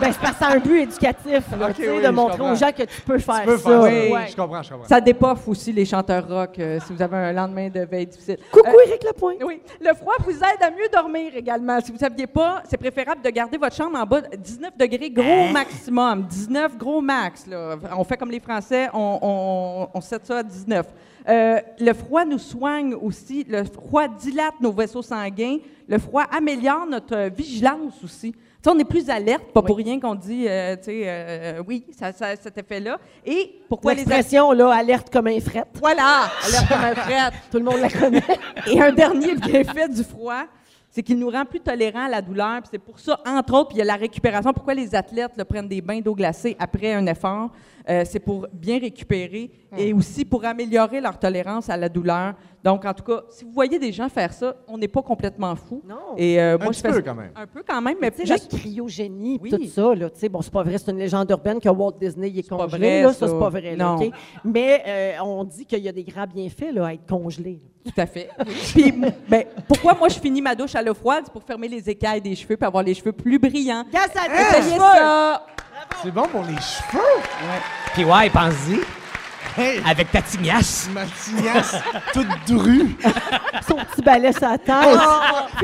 Speaker 4: ben, c'est parce que ça a un but éducatif, là,
Speaker 3: Ok,
Speaker 4: tu sais,
Speaker 3: oui,
Speaker 4: de
Speaker 3: je
Speaker 4: montrer
Speaker 3: comprends.
Speaker 4: aux gens que tu peux faire
Speaker 3: Tu peux
Speaker 4: ça.
Speaker 3: faire ça.
Speaker 6: Oui.
Speaker 3: Ouais, Je comprends, je comprends.
Speaker 6: Ça dépoffe aussi les chanteurs rock euh, si vous avez un lendemain de veille difficile.
Speaker 4: Coucou,
Speaker 6: Euh,
Speaker 4: Éric Lapointe.
Speaker 6: Oui, le froid vous aide à mieux dormir également. Si vous ne saviez pas, c'est préférable de garder votre chambre en bas de 19 degrés gros maximum. 19 gros max. là. On fait comme les Français, on, on, on set ça à 19. Euh, le froid nous soigne aussi. Le froid dilate nos vaisseaux sanguins. Le froid améliore notre euh, vigilance aussi. Tu sais, on est plus alerte, pas pour rien qu'on dit, euh, tu sais, euh, oui, ça, ça a cet effet-là. Et pourquoi les
Speaker 4: L'expression, là, alerte comme un fret.
Speaker 6: voilà, alerte comme un fret.
Speaker 4: Tout le monde la connaît.
Speaker 6: Et un dernier bienfait du froid, c'est qu'il nous rend plus tolérants à la douleur. Puis c'est pour ça, entre autres, puis il y a la récupération. Pourquoi les athlètes là, prennent des bains d'eau glacée après un effort?
Speaker 4: Hum.
Speaker 6: Euh, c'est pour bien récupérer et aussi pour améliorer leur tolérance à la douleur. Donc, en tout cas, si vous voyez des gens faire ça, on n'est pas complètement fou.
Speaker 4: Non.
Speaker 6: Et euh, moi,
Speaker 3: Un
Speaker 6: je
Speaker 3: petit
Speaker 6: fais
Speaker 3: peu
Speaker 6: ça-
Speaker 3: quand même.
Speaker 6: Un peu quand même, mais
Speaker 4: Tu sais,
Speaker 6: juste
Speaker 4: la cryogénie,
Speaker 6: Oui.
Speaker 4: puis tout ça, là, tu sais, bon, c'est pas vrai, c'est une légende urbaine que Walt Disney y est
Speaker 6: pas
Speaker 4: congelé,
Speaker 6: vrai,
Speaker 4: là, ça,
Speaker 6: ça.
Speaker 4: c'est pas vrai, là,
Speaker 6: Non.
Speaker 4: OK? Mais euh, on dit qu'il y a des grands bienfaits, là, à être congelé.
Speaker 6: Tout à fait. Puis, ben, pourquoi moi je finis ma douche à l'eau froide? C'est pour fermer les écailles des cheveux puis avoir les cheveux plus brillants.
Speaker 9: Gars, ça
Speaker 6: Essayez
Speaker 9: déchire
Speaker 6: ça!
Speaker 3: C'est bon pour les cheveux!
Speaker 5: Puis ouais, pense-y,
Speaker 3: Hey!
Speaker 5: avec ta tignasse.
Speaker 3: Ma tignasse toute drue!
Speaker 4: Son petit balai sur la tête,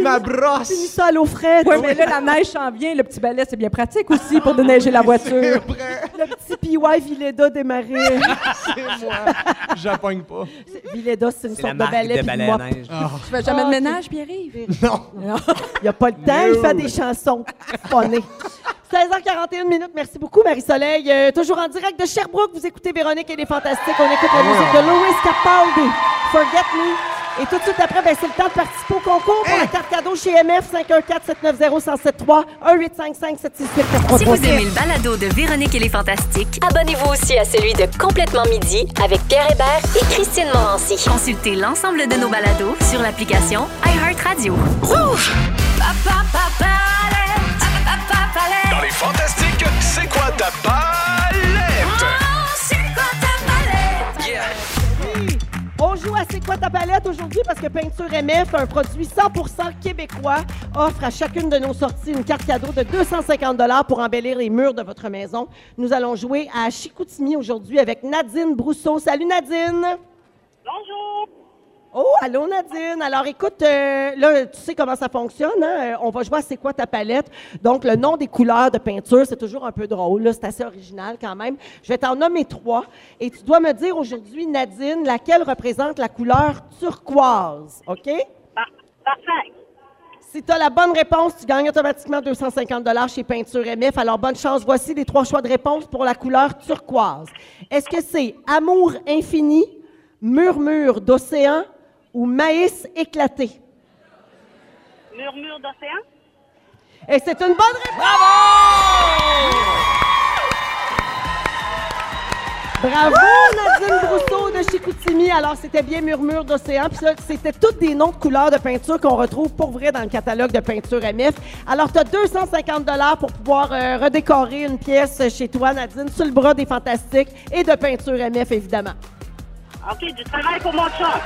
Speaker 3: ma
Speaker 4: finis
Speaker 3: brosse!
Speaker 4: ça à l'eau fraîche.
Speaker 6: Oui, mais là, la neige s'en vient. Le petit balai, c'est bien pratique aussi pour déneiger la voiture.
Speaker 3: Après,
Speaker 4: Le petit PY Vileda démarré.
Speaker 3: c'est moi! J'appogne pas.
Speaker 4: Vileda, c'est une
Speaker 5: C'est la
Speaker 4: sorte de
Speaker 5: marque
Speaker 4: balai,
Speaker 5: de
Speaker 4: puis
Speaker 5: balai
Speaker 4: moi,
Speaker 5: à neige.
Speaker 6: Tu fais jamais de ménage, Pierre-Yves?
Speaker 3: Non!
Speaker 4: il a pas le temps, il fait des chansons funnées. 16h41 minutes, merci beaucoup Marie-Soleil. Euh, toujours en direct de Sherbrooke, vous écoutez Véronique et les Fantastiques. On écoute la musique de Louis Capaldi, Forget Me. Et tout de suite après, ben, c'est le temps de participer au concours pour la carte cadeau chez MF 514-790-1073
Speaker 1: Si vous
Speaker 4: 1-855-768-4336.
Speaker 1: aimez le balado de Véronique et les Fantastiques,
Speaker 10: Abonnez-vous aussi à celui de Complètement Midi avec Pierre Hébert et Christine Morancy.
Speaker 1: consultez l'ensemble de nos balados sur l'application iHeartRadio.
Speaker 11: Dans les fantastiques, c'est quoi ta
Speaker 1: Oh,
Speaker 11: palette?
Speaker 4: On joue à C'est quoi ta palette aujourd'hui parce que Peinture MF, un produit 100% québécois, offre à chacune de nos sorties une carte cadeau de 250 pour embellir les murs de votre maison. Nous allons jouer à Chicoutimi aujourd'hui avec Nadine Brousseau. Salut Nadine! Bonjour! Oh, allô Nadine. Alors écoute, euh, là, tu sais comment ça fonctionne. hein? Euh, On va jouer à C'est quoi ta palette. Donc, le nom des couleurs de peinture, c'est toujours un peu drôle. là. C'est assez original quand même. Je vais t'en nommer trois. Et tu dois me dire aujourd'hui, Nadine, laquelle représente la couleur turquoise. OK? Si tu as la bonne réponse, tu gagnes automatiquement 250 chez Peinture MF. Alors, bonne chance. Voici les trois choix de réponse pour la couleur turquoise. Est-ce que c'est amour infini, murmure d'océan ou maïs éclaté?
Speaker 12: Murmure d'océan?
Speaker 4: Et c'est une bonne réponse! Bravo, Nadine Brousseau de Chicoutimi. Alors, c'était bien Murmure d'Océan. Puis ça, c'était toutes des noms de couleurs de peinture qu'on retrouve pour vrai dans le catalogue de peinture MF. Alors, tu as 250 pour pouvoir euh, redécorer une pièce chez toi, Nadine, sur le bras des Fantastiques et de peinture MF, évidemment.
Speaker 12: Ah, OK, du travail pour mon chat.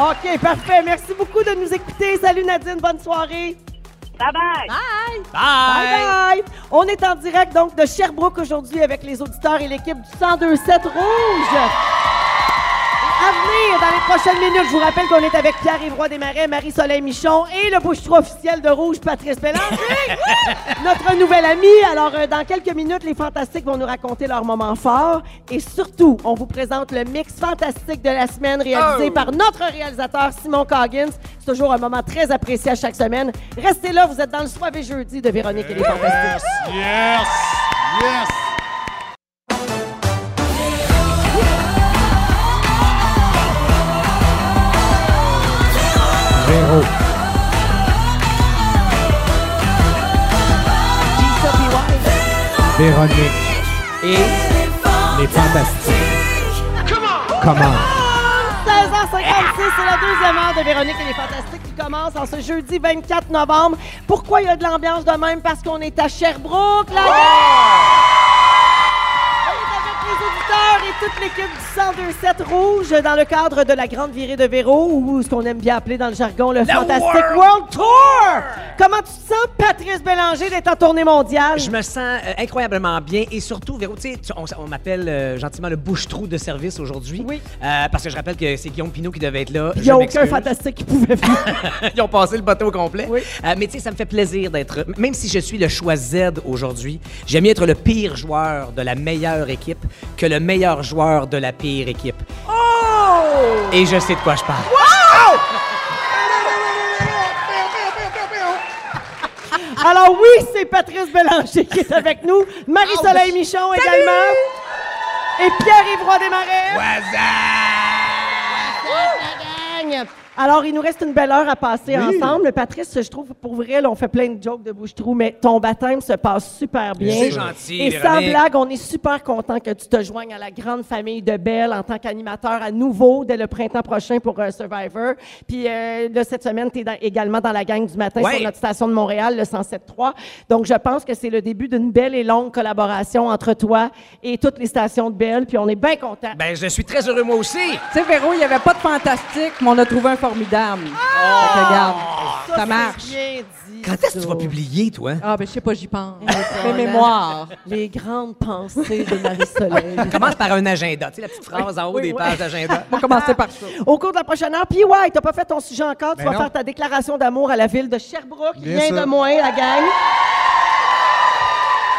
Speaker 4: OK, parfait. Merci beaucoup de nous écouter. Salut, Nadine. Bonne soirée.
Speaker 12: Bye bye.
Speaker 5: Bye!
Speaker 4: Bye bye. On est en direct donc de Sherbrooke aujourd'hui avec les auditeurs et l'équipe du 1027 Rouge. À venir dans les prochaines minutes, je vous rappelle qu'on est avec Pierre-Yves Roy Desmarais, Marie-Soleil Michon et le bouche officiel de Rouge, Patrice Bélanger, Wouh! notre nouvel ami. Alors, euh, dans quelques minutes, les Fantastiques vont nous raconter leurs moments forts. Et surtout, on vous présente le mix fantastique de la semaine réalisé par notre réalisateur Simon Coggins. C'est toujours un moment très apprécié à chaque semaine. Restez là, vous êtes dans le soir et jeudi de Véronique et les Fantastiques.
Speaker 3: Yes! Yes!
Speaker 5: Et
Speaker 4: 16h56, c'est la deuxième heure de Véronique et les Fantastiques qui commence en ce jeudi 24 novembre. Pourquoi il y a de l'ambiance de même? Parce qu'on est à Sherbrooke, la On est avec les auditeurs et toute l'équipe du 1027 Rouge dans le cadre de la grande virée de Véro, ou ce qu'on aime bien appeler dans le jargon le Fantastic World, Tour! Comment tu te sens, Patrice Bélanger, d'être en tournée mondiale?
Speaker 5: je me sens euh, incroyablement bien et surtout, Véro, tu sais, tu- on, s- on m'appelle euh, gentiment le bouche-trou de service aujourd'hui.
Speaker 4: Oui.
Speaker 5: Euh, parce que je rappelle que c'est Guillaume Pinot qui devait être là.
Speaker 4: Il n'y
Speaker 5: Je
Speaker 4: a aucun
Speaker 5: m'excuse.
Speaker 4: fantastique qui pouvait venir.
Speaker 5: Ils ont passé le bateau au complet.
Speaker 4: Oui.
Speaker 5: Euh, mais tu sais, ça me fait plaisir d'être. Même si je suis le choix Z aujourd'hui, j'aime mieux être le pire joueur de la meilleure équipe que le meilleur joueur de la pire équipe.
Speaker 4: Oh!
Speaker 5: Et je sais de quoi je parle.
Speaker 4: Alors oui, c'est Patrice Bélanger qui est avec nous, Marie-Soleil Michon également, et Pierre-Yves Roy Desmarais. What's up? Alors, il nous reste une belle heure à passer
Speaker 3: Oui.
Speaker 4: ensemble. Patrice, je trouve, pour vrai, là, on fait plein de jokes de bouche-trou, mais ton baptême se passe super bien.
Speaker 5: C'est gentil,
Speaker 4: Et
Speaker 5: Véronique.
Speaker 4: sans blague, on est super content que tu te joignes à la grande famille de Belle en tant qu'animateur à nouveau dès le printemps prochain pour euh, Survivor. Puis, euh, là, cette semaine, tu es également dans la gang du matin
Speaker 5: Ouais.
Speaker 4: sur notre station de Montréal, le 107.3. Donc, je pense que c'est le début d'une belle et longue collaboration entre toi et toutes les stations de Belle. Puis, on est bien contents.
Speaker 5: Ben, je suis très heureux, moi aussi.
Speaker 4: Ah,
Speaker 6: Tu sais, Véro, il n'y avait pas de fantastique, mais on a trouvé un formidable. Fait que regarde, ça, marche.
Speaker 5: Quand est-ce que tu vas publier, toi?
Speaker 6: Ah, ben, je sais pas, j'y pense. Fais mémoire.
Speaker 4: Les grandes pensées de Marie-Soleil.
Speaker 5: Commence par un agenda. Tu sais, la petite phrase en haut des pages d'agenda.
Speaker 6: On va commencer par ça.
Speaker 4: Au cours de la prochaine heure, puis ouais, t'as pas fait ton sujet encore. Tu
Speaker 5: Ben
Speaker 4: vas
Speaker 5: non.
Speaker 4: faire ta déclaration d'amour à la ville de Sherbrooke.
Speaker 3: Bien
Speaker 4: Rien
Speaker 3: sûr.
Speaker 4: de moins, la gang.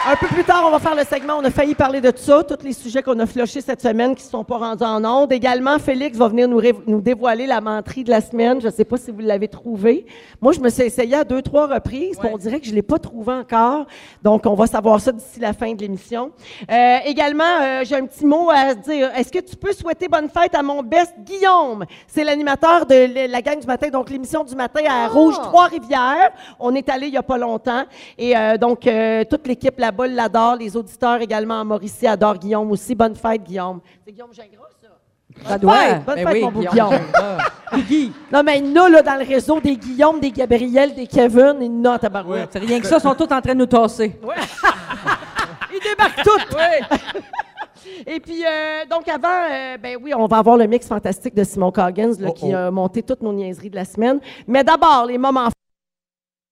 Speaker 4: Un peu plus tard, on va faire le segment. On a failli parler de ça, tous les sujets qu'on a flochés cette semaine qui ne sont pas rendus en ondes. Également, Félix va venir nous, ré- nous dévoiler la menterie de la semaine. Je ne sais pas si vous l'avez trouvé. Moi, je me suis essayé à deux, trois reprises, puis on dirait que je ne l'ai pas trouvé encore. Donc, on va savoir ça d'ici la fin de l'émission. Euh, également, euh, j'ai un petit mot à dire. Est-ce que tu peux souhaiter bonne fête à mon best Guillaume? C'est l'animateur de l- la gang du matin, donc l'émission du matin
Speaker 6: Ah!
Speaker 4: à Rouge Trois-Rivières. On est allé il n'y a pas longtemps. Et euh, donc, euh, toute l'équipe là-bas l'adore. Les auditeurs également en Mauricie adorent Guillaume aussi. Bonne fête, Guillaume. C'est Guillaume Gingras, ça?
Speaker 6: Ça doit.
Speaker 4: fête, bonne
Speaker 6: Ben
Speaker 4: fête,
Speaker 6: oui,
Speaker 4: mon beau
Speaker 6: Guillaume.
Speaker 4: Guillaume. Guy. Non, mais il y en a là, dans le réseau des Guillaume, des Gabriel, des Kevin. Il y en a, tabarouette.
Speaker 6: C'est rien que ça, ils sont tous en train de nous tasser.
Speaker 4: Ils débarquent toutes! Et puis, euh, donc, avant, euh, ben oui, on va avoir le mix fantastique de Simon Coggins,
Speaker 3: Oh,
Speaker 4: là, qui a monté toutes nos niaiseries de la semaine. Mais d'abord, les moments forts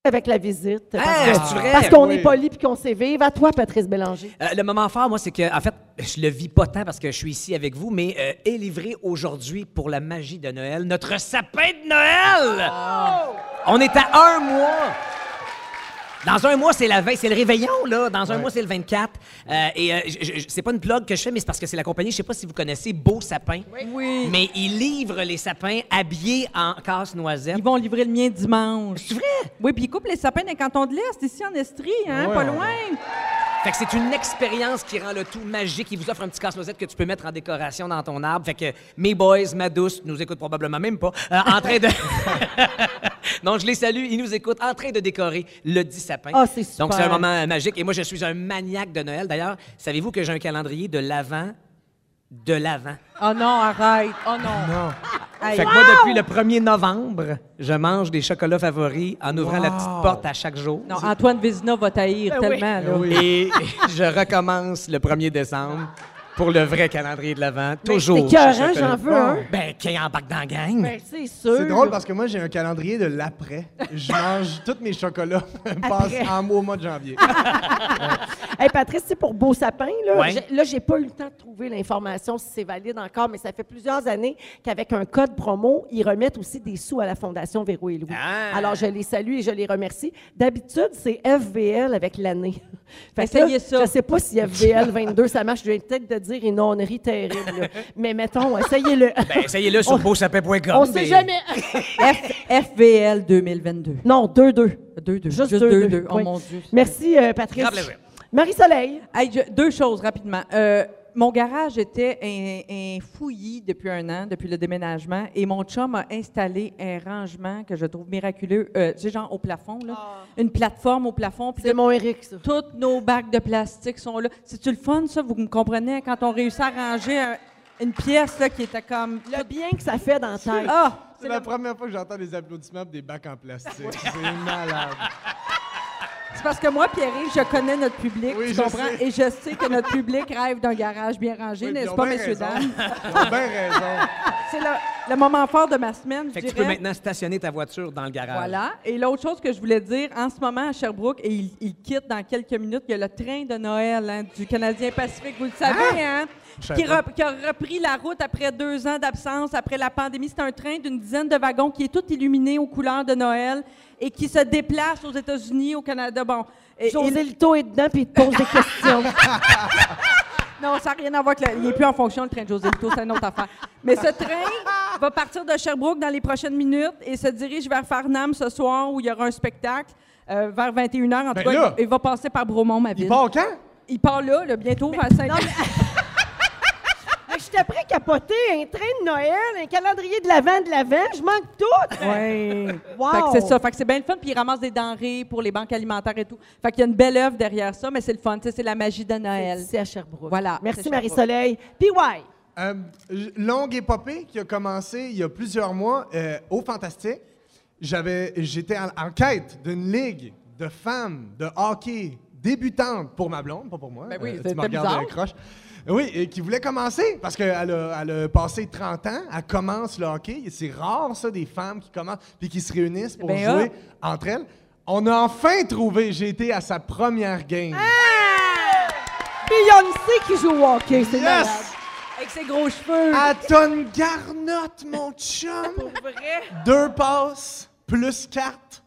Speaker 4: avec la visite.
Speaker 3: Ah,
Speaker 4: parce
Speaker 5: Hey,
Speaker 4: que-
Speaker 5: c'est vrai?
Speaker 4: parce qu'on
Speaker 3: oui.
Speaker 4: est poli puis qu'on s'est vive. À toi, Patrice Bélanger.
Speaker 5: Euh, le moment fort, moi, c'est que, en fait, je le vis pas tant parce que je suis ici avec vous, mais euh, est livré aujourd'hui pour la magie de Noël notre sapin de Noël. On est à un mois. Dans un mois, c'est la veille, c'est le réveillon, là. Dans un mois, c'est le 24. Euh, et euh, je- je- je- c'est pas une plug que je fais, mais c'est parce que c'est la compagnie, je sais pas si vous connaissez Beau Sapin.
Speaker 6: Oui.
Speaker 5: Mais ils livrent les sapins habillés en casse-noisette.
Speaker 6: Ils vont livrer le mien dimanche. C'est vrai? Oui, puis ils coupent les sapins d'un canton de l'Est, ici en Estrie, hein,
Speaker 3: Ouais,
Speaker 6: pas
Speaker 3: on-
Speaker 6: loin.
Speaker 5: Fait que c'est une expérience qui rend le tout magique. Il vous offre un petit casse-noisette que tu peux mettre en décoration dans ton arbre. Fait que mes boys, ma douce, nous écoutent probablement même pas, euh, en train de... non, je les salue, ils nous écoutent en train de décorer le 10 sapin.
Speaker 4: Ah, c'est super.
Speaker 5: Donc c'est un moment euh, magique. Et moi, je suis un maniaque de Noël. D'ailleurs, savez-vous que j'ai un calendrier de l'avant de l'avant?
Speaker 6: Oh non, arrête. Oh non. Hey.
Speaker 5: Fait que moi, depuis le 1er novembre, je mange des chocolats favoris en ouvrant la petite porte à chaque jour.
Speaker 6: Non, Antoine Vézina va taillir tellement.
Speaker 3: Ah
Speaker 6: là.
Speaker 5: Et je recommence le 1er décembre pour le vrai calendrier de l'Avent. Toujours.
Speaker 4: c'est écœurant,
Speaker 5: chez Chocolat.
Speaker 4: j'en veux Ben, un.
Speaker 5: Ben, qui embarque dans la gang?
Speaker 4: c'est sûr.
Speaker 3: C'est drôle parce que moi, j'ai un calendrier de l'après. Je mange tous mes chocolats passe
Speaker 4: Après.
Speaker 3: en au mois de janvier.
Speaker 4: Hey, Patrice, c'est pour Beau Sapin, là.
Speaker 5: Ouais.
Speaker 4: j'ai- Là, j'ai pas eu le temps de trouver l'information si c'est valide encore, mais ça fait plusieurs années qu'avec un code promo, ils remettent aussi des sous à la Fondation Véro et Louis.
Speaker 5: Ah.
Speaker 4: Alors, je les salue et je les remercie. D'habitude, c'est FVL avec l'année. Fait que
Speaker 6: Essayez
Speaker 4: là,
Speaker 6: ça.
Speaker 4: Je sais pas si FVL 22, ça marche. Je viens peut-être de dire une onnerie terrible, là. Mais mettons, essayez-le.
Speaker 5: Ben, essayez-le sur
Speaker 4: On-
Speaker 5: beausapin.com.
Speaker 4: On sait
Speaker 5: mais-
Speaker 4: jamais.
Speaker 6: F- FVL 2022.
Speaker 4: Non, 2-2.
Speaker 6: 2-2.
Speaker 4: Juste
Speaker 6: Juste 2-2.
Speaker 4: 2-2,
Speaker 6: Oh
Speaker 4: oui.
Speaker 6: mon Dieu.
Speaker 4: Merci, euh, Patrice.
Speaker 5: Grand plaisir.
Speaker 4: Marie-Soleil.
Speaker 6: Hey, je- deux choses rapidement. Euh, mon garage était un, un fouillis depuis un an, depuis le déménagement, et mon chum a installé un rangement que je trouve miraculeux. Euh, tu sais, genre au plafond, là. Une plateforme au plafond. puis
Speaker 4: Ah. C'est
Speaker 6: là,
Speaker 4: mon Eric, ça.
Speaker 6: Toutes nos bacs de plastique sont là. C'est-tu le fun, ça? Vous me comprenez? Quand on réussit à ranger un- une pièce là, qui était comme.
Speaker 4: Le bien que ça fait dans la tête.
Speaker 6: Ah!
Speaker 3: C'est la première fois que j'entends des applaudissements pour des bacs en plastique. C'est malade.
Speaker 6: C'est parce que moi, pierre je connais notre public,
Speaker 3: Oui,
Speaker 6: tu
Speaker 3: je
Speaker 6: comprends?
Speaker 3: sais.
Speaker 6: Et je sais que notre public rêve d'un garage bien rangé,
Speaker 3: Oui, puis ils
Speaker 6: n'est-ce
Speaker 3: ont
Speaker 6: pas,
Speaker 3: bien
Speaker 6: messieurs,
Speaker 3: raison.
Speaker 6: dames?
Speaker 3: Ils ont bien raison.
Speaker 6: C'est le, le moment fort de ma semaine, je
Speaker 5: Fait que tu peux
Speaker 6: dirais.
Speaker 5: maintenant euh, stationner ta voiture dans le garage.
Speaker 6: Voilà. Et l'autre chose que je voulais dire, en ce moment à Sherbrooke, et il, il quitte dans quelques minutes, il y a le train de Noël hein, du Canadien Pacifique, vous le
Speaker 3: Ah!
Speaker 6: savez, hein? Qui, re- qui a repris la route après deux ans d'absence, après la pandémie. C'est un train d'une dizaine de wagons qui est tout illuminé aux couleurs de Noël et qui se déplace aux États-Unis, au Canada. Bon. Et- et-
Speaker 4: José Lito est dedans puis il te pose des questions.
Speaker 6: Non, ça n'a rien à voir avec le... Il n'est plus en fonction, le train de José Lito, c'est une autre affaire. Mais ce train va partir de Sherbrooke dans les prochaines minutes et se dirige vers Farnham ce soir où il y aura un spectacle. euh, vers 21h, en tout
Speaker 3: Ben
Speaker 6: cas,
Speaker 3: là!
Speaker 6: il va passer par Bromont, ma ville.
Speaker 3: Il part quand?
Speaker 6: Il part là, là, bientôt, vers 5
Speaker 4: J'étais après capoter un train de Noël, un calendrier de l'Avent de l'Avent, je manque tout.
Speaker 6: Oui.
Speaker 4: Wow.
Speaker 6: Fait que c'est ça. Fait que c'est bien le fun. Puis ils ramassent des denrées pour les banques alimentaires et tout. Fait qu'il y a une belle œuvre derrière ça, mais c'est le fun. Tu sais, C'est la magie de Noël.
Speaker 4: C'est à Sherbrooke.
Speaker 6: Voilà.
Speaker 4: Merci
Speaker 6: C'est Sherbrooke.
Speaker 4: Marie-Soleil. Puis ouais.
Speaker 3: Euh, j- longue épopée qui a commencé il y a plusieurs mois euh, au Fantastique. J'avais, j'étais en, en quête d'une ligue de femmes de hockey débutantes pour ma blonde, pas pour moi.
Speaker 6: Ben oui,
Speaker 3: Euh,
Speaker 6: c'était
Speaker 3: tu me regardes
Speaker 6: bizarre.
Speaker 3: euh, croche. Oui, et qui voulait commencer parce qu'elle a, elle a passé 30 ans, elle commence le hockey. Et C'est rare, ça, des femmes qui commencent puis qui se réunissent pour
Speaker 6: Ben,
Speaker 3: jouer entre elles. On a enfin trouvé, j'ai été à sa première game.
Speaker 6: Ah!
Speaker 4: Beyoncé qui joue au hockey, c'est malade.
Speaker 3: yes!
Speaker 6: Avec ses gros cheveux.
Speaker 3: Anton Garnotte, mon chum!
Speaker 6: vrai.
Speaker 3: Deux passes, plus quatre,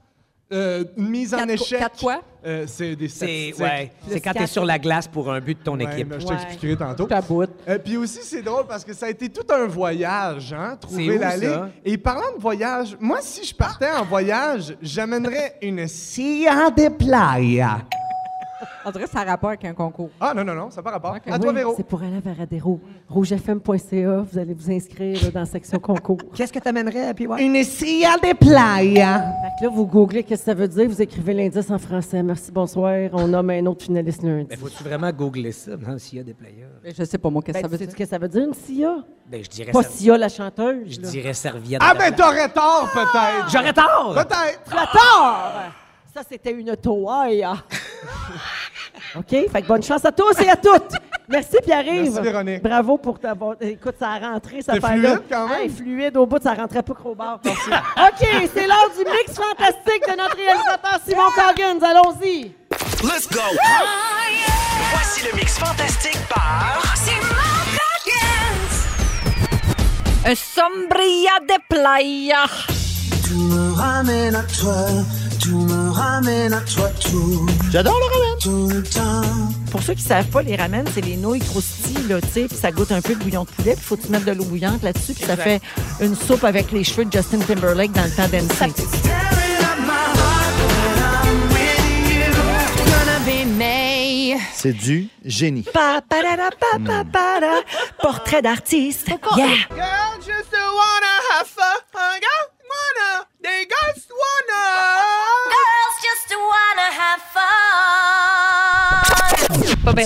Speaker 3: euh, une mise en
Speaker 6: Quatre quoi-
Speaker 3: échec.
Speaker 6: quatre quoi?
Speaker 3: Euh, c'est des
Speaker 5: C'est
Speaker 3: statistiques.
Speaker 5: ouais, c'est quand tu es
Speaker 6: quatre.
Speaker 5: sur la glace pour un but de ton
Speaker 3: Ouais,
Speaker 5: équipe.
Speaker 3: ben, je
Speaker 6: Ouais.
Speaker 3: t'expliquerai tantôt.
Speaker 6: Taboute.
Speaker 3: Euh, puis aussi, c'est drôle parce que ça a été tout un voyage, hein,
Speaker 5: C'est
Speaker 3: trouver
Speaker 5: où,
Speaker 3: la ligue.
Speaker 5: ça?
Speaker 3: Et parlant de voyage, moi, si je partais en voyage, j'amènerais une silla de playa.
Speaker 6: Ah, On dirait que ça a rapport avec un concours.
Speaker 3: Ah non, non, non, ça n'a pas rapport. À toi,
Speaker 4: Oui,
Speaker 3: Véro.
Speaker 4: C'est pour aller à Varadero. Rougefm.ca, vous allez vous inscrire là, dans la section concours.
Speaker 5: Qu'est-ce que tu amènerais à PY?
Speaker 3: Une silla de playa.
Speaker 4: Fait que là, vous googlez qu'est-ce que ça veut dire, vous écrivez l'indice en français. Merci, bonsoir. On nomme un autre finaliste lundi.
Speaker 5: Ben, faut-tu vraiment googler ça, non, s'il y a des players?
Speaker 6: Mais Je sais pas, moi, qu'est-ce
Speaker 4: Ben,
Speaker 6: que ça veut
Speaker 4: tu sais
Speaker 6: dire.
Speaker 4: ce que ça veut dire, une SIA?
Speaker 5: Ben, je dirais,
Speaker 4: Pas
Speaker 5: serv-
Speaker 4: SIA, la chanteuse.
Speaker 5: je
Speaker 4: là.
Speaker 5: dirais serviette.
Speaker 3: Ah
Speaker 5: de
Speaker 3: ben,
Speaker 5: plat-
Speaker 3: t'aurais tort, peut-être.
Speaker 5: J'aurais tort!
Speaker 3: Peut-être.
Speaker 4: Ah! Flatteur! Ça, c'était une toaille. OK? Fait que bonne chance à tous et à toutes! Merci, Pierre-Yves.
Speaker 3: Merci, Véronique.
Speaker 4: Bravo pour ta bonne... Écoute, ça a rentré, ça
Speaker 3: C'était
Speaker 4: fait
Speaker 3: fluide, quand même.
Speaker 4: fluide au bout, ça rentrait pas qu'au bord. OK, c'est l'heure du mix fantastique de notre réalisateur Simon Coggins. Allons-y!
Speaker 13: Let's go! Voici le mix fantastique par...
Speaker 14: Un sombria de playa.
Speaker 1: Pour ceux qui savent pas, les ramen, c'est les nouilles croustilles, là, tu sais, puis ça goûte un peu de bouillon de poulet, puis faut que tu mettes de l'eau bouillante là-dessus, puis ça fait une soupe avec les cheveux de Justin Timberlake dans le temps d'MC.
Speaker 8: C'est du génie.
Speaker 1: Pa, pa, da, da, pa, pa, pa, da. Portrait d'artiste. Yeah!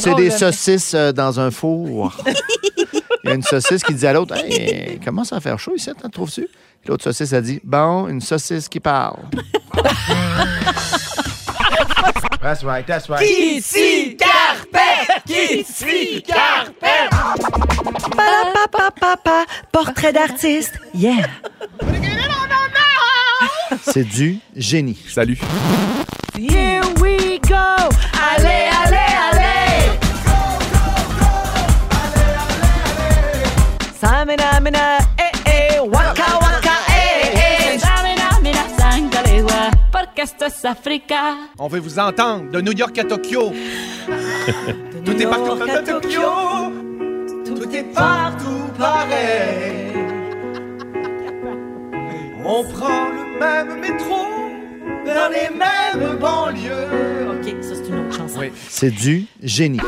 Speaker 8: C'est des saucisses euh, dans un four. Il y a une saucisse qui dit à l'autre Hey, euh, commence à faire chaud ici, t'en trouves-tu? Puis L'autre saucisse a dit Bon, une saucisse qui parle. that's right, that's right.
Speaker 5: Ici, Carpet! Ici, Carpet!
Speaker 1: Pa, pa, pa, pa, pa. Portrait d'artiste. Yeah!
Speaker 8: C'est du génie.
Speaker 13: Salut.
Speaker 1: Here we go! Allez, allez, allez! Samina, mina, eh, eh, waka, waka, eh, eh.
Speaker 13: On veut vous entendre de New York à Tokyo. Tout est partout comme à Tokyo. Tout est partout pareil. On prend le même métro dans les mêmes banlieues.
Speaker 1: OK, ça, c'est une autre chanson.
Speaker 8: C'est du génie.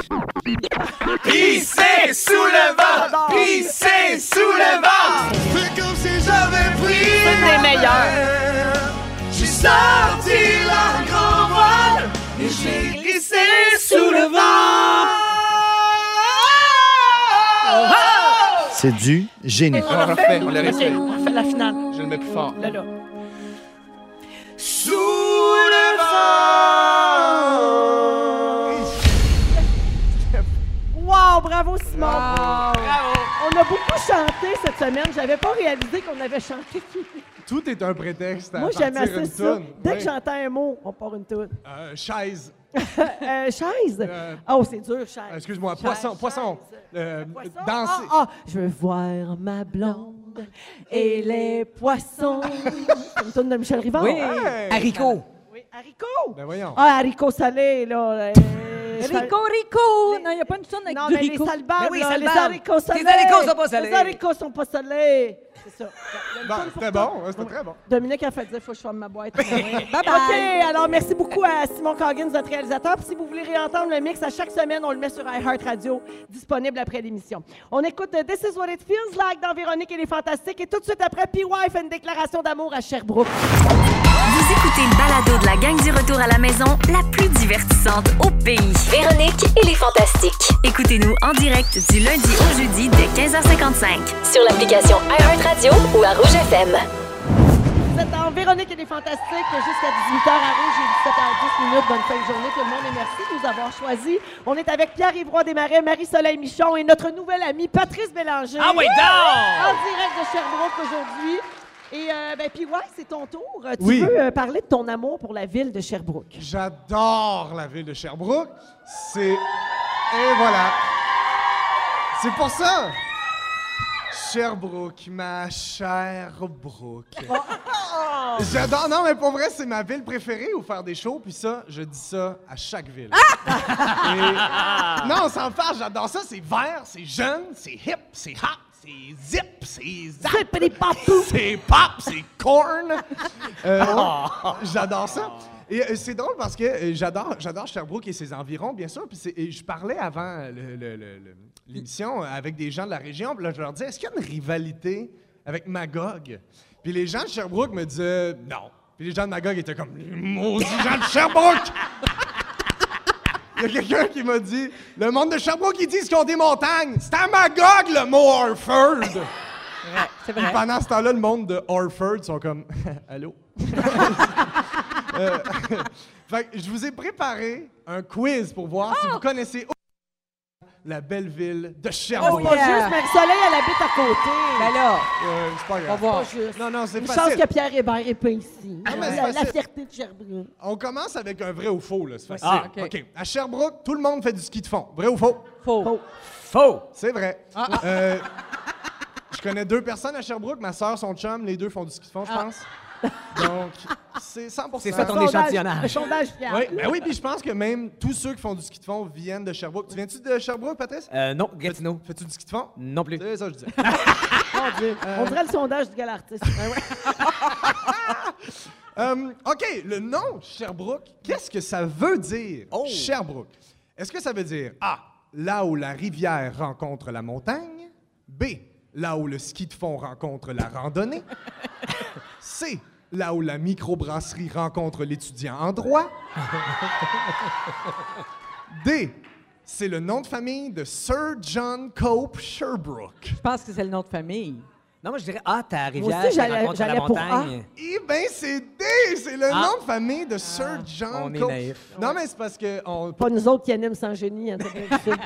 Speaker 13: Pisser sous le vent, pisser sous le vent. Fais comme si j'avais pris. C'est des meilleurs. J'ai sorti la grand voile et j'ai glissé sous le vent.
Speaker 8: Ah! C'est du génie.
Speaker 13: Parfait, on l'a réussi.
Speaker 1: On fait la finale.
Speaker 13: Je le mets plus fort.
Speaker 1: Là, là.
Speaker 13: Sous le vent.
Speaker 4: Wow, bravo Simon! On a beaucoup chanté cette semaine. J'avais pas réalisé qu'on avait chanté.
Speaker 3: Tout est un prétexte à
Speaker 4: Moi,
Speaker 3: partir
Speaker 4: j'aime assez
Speaker 3: une
Speaker 4: ça.
Speaker 3: toune.
Speaker 4: Dès
Speaker 3: Oui.
Speaker 4: que j'entends un mot, on part une toune.
Speaker 3: Euh, chaise.
Speaker 4: Euh, chaise?
Speaker 3: Euh,
Speaker 4: oh, c'est dur, chaise.
Speaker 3: Excuse-moi, poisson, poisson. Euh,
Speaker 4: Poisson?
Speaker 3: danser.
Speaker 4: Ah, ah, je veux voir ma blonde et les poissons. C'est une toune de Michel Rivard.
Speaker 3: Hey!
Speaker 5: Haricot!
Speaker 4: Oui, haricots.
Speaker 3: Ben voyons.
Speaker 4: Ah, haricots salés, là. euh,
Speaker 6: Rico, Rico! Non, il n'y a pas une sonne avec
Speaker 4: Non,
Speaker 6: du
Speaker 4: mais les
Speaker 6: Rico.
Speaker 4: salbades,
Speaker 6: Ben oui,
Speaker 4: là, les
Speaker 6: salbades.
Speaker 4: haricots
Speaker 6: Tes
Speaker 4: salés.
Speaker 6: haricots sont pas salés.
Speaker 4: Les haricots sont pas salés. C'est ça.
Speaker 3: Bon, Ben, c'était bon, c'était très bon.
Speaker 4: Dominique a fait dire, faut que je ferme ma boîte.
Speaker 6: bye.
Speaker 4: OK, alors merci beaucoup à Simon Coggins, notre réalisateur. Puis si vous voulez réentendre le mix, à chaque semaine, on le met sur iHeartRadio, disponible après l'émission. On écoute euh, This is what it feels like dans Véronique et les Fantastiques. Et tout de suite après, P.Y. fait une déclaration d'amour à Sherbrooke.
Speaker 1: Vous écoutez le balado de la gang du retour à la maison, la plus divertissante au pays. Véronique et les Fantastiques. Écoutez-nous en direct du lundi au jeudi dès 15h55 sur l'application iHeartRadio ou à Rouge FM.
Speaker 4: Vous êtes en Véronique et les Fantastiques jusqu'à 18h à Rouge et 17h10 minutes. Bonne fin de journée tout le monde et merci de nous avoir choisis. On est avec Pierre Ivroy Desmarais, Marie-Soleil Michon et notre nouvelle amie Patrice Bélanger.
Speaker 5: Ah oui, donc!
Speaker 4: En direct de Sherbrooke aujourd'hui. Et euh, ben, puis ouais, c'est ton tour. Tu
Speaker 3: Oui.
Speaker 4: veux euh, parler de ton amour pour la ville de Sherbrooke.
Speaker 3: J'adore la ville de Sherbrooke. C'est. Et voilà. C'est pour ça. Sherbrooke, ma chère Brooke. J'adore. Non, mais pour vrai, c'est ma ville préférée où faire des shows. Puis ça, je dis ça à chaque ville. Et- Non, sans farce, j'adore ça. C'est vert, c'est jeune, c'est hip, c'est hop, c'est zip, c'est zap. C'est pop, c'est corn. Euh, ouais, J'adore ça. Et euh, c'est drôle parce que euh, j'adore, j'adore Sherbrooke et ses environs, bien sûr. Puis c'est- et je parlais avant le- le- le- le- l'émission avec des gens de la région. Puis là, je leur disais, est-ce qu'il y a une rivalité avec Magog? Puis les gens de Sherbrooke me disaient non. Puis les gens de Magog étaient comme, les maudits gens de Sherbrooke! Il y a quelqu'un qui m'a dit, le monde de Sherbrooke, ils disent qu'ils ont des montagnes. C'est à Magog, le mot Orford!
Speaker 6: C'est
Speaker 3: Puis pendant ce temps-là, le monde de Harford sont comme Allô? Euh, fait que je vous ai préparé un quiz pour voir si vous connaissez au- la belle ville de
Speaker 4: Oh,
Speaker 3: Sherbrooke.
Speaker 4: c'est pas juste, Marie-Soleil, elle habite à côté.
Speaker 6: Ben là,
Speaker 3: Euh, c'est pas grave.
Speaker 6: voir.
Speaker 4: Pas juste.
Speaker 3: Non, non, c'est
Speaker 4: Une
Speaker 3: facile.
Speaker 4: chance que Pierre Hébert n'est pas ici.
Speaker 3: Ah, mais c'est
Speaker 4: la, la
Speaker 3: facile.
Speaker 4: fierté de Sherbrooke.
Speaker 3: On commence avec un vrai ou faux, là, c'est facile.
Speaker 4: Ah,
Speaker 3: OK. À Sherbrooke, tout le monde fait du ski de fond. Vrai ou faux?
Speaker 6: Faux.
Speaker 4: Faux.
Speaker 3: C'est vrai.
Speaker 4: Ah.
Speaker 3: Euh, je connais deux personnes à Sherbrooke, ma soeur, son chum, les deux font du ski de fond,
Speaker 4: Ah.
Speaker 3: je pense. Donc, c'est 100
Speaker 5: C'est ça ton
Speaker 3: Sondage.
Speaker 5: échantillonnage.
Speaker 4: Le sondage fiable.
Speaker 3: Oui, ben oui, puis je pense que même tous ceux qui font du ski de fond viennent de Sherbrooke. Tu viens-tu de Sherbrooke, Patrice?
Speaker 5: Euh, non, Gatineau.
Speaker 3: Fais-tu du ski de fond?
Speaker 5: Non plus.
Speaker 3: C'est ça que je disais.
Speaker 4: Mon Dieu. On dirait le sondage du Galartiste.
Speaker 3: Ah Hum, OK, le nom Sherbrooke, qu'est-ce que ça veut dire,
Speaker 5: Oh.
Speaker 3: Sherbrooke? Est-ce que ça veut dire A, là où la rivière rencontre la montagne? B, là où le ski de fond rencontre la randonnée? C, là où la microbrasserie rencontre l'étudiant en droit? D, c'est le nom de famille de Sir John Cope Sherbrooke.
Speaker 6: je pense que c'est le nom de famille.
Speaker 5: Non, moi, je dirais, ah, ta
Speaker 4: Moi
Speaker 5: rivière
Speaker 4: aussi,
Speaker 5: qui
Speaker 4: j'allais
Speaker 5: rencontre la
Speaker 4: j'allais pour A.
Speaker 5: montagne.
Speaker 3: Eh bien, c'est D! C'est le
Speaker 5: Ah.
Speaker 3: nom de famille de Sir John
Speaker 5: on est
Speaker 3: Cope.
Speaker 5: naïf.
Speaker 3: Non, mais c'est parce que on-
Speaker 4: Pas nous autres qui animent sans génie. hein, t'as bien vu ça.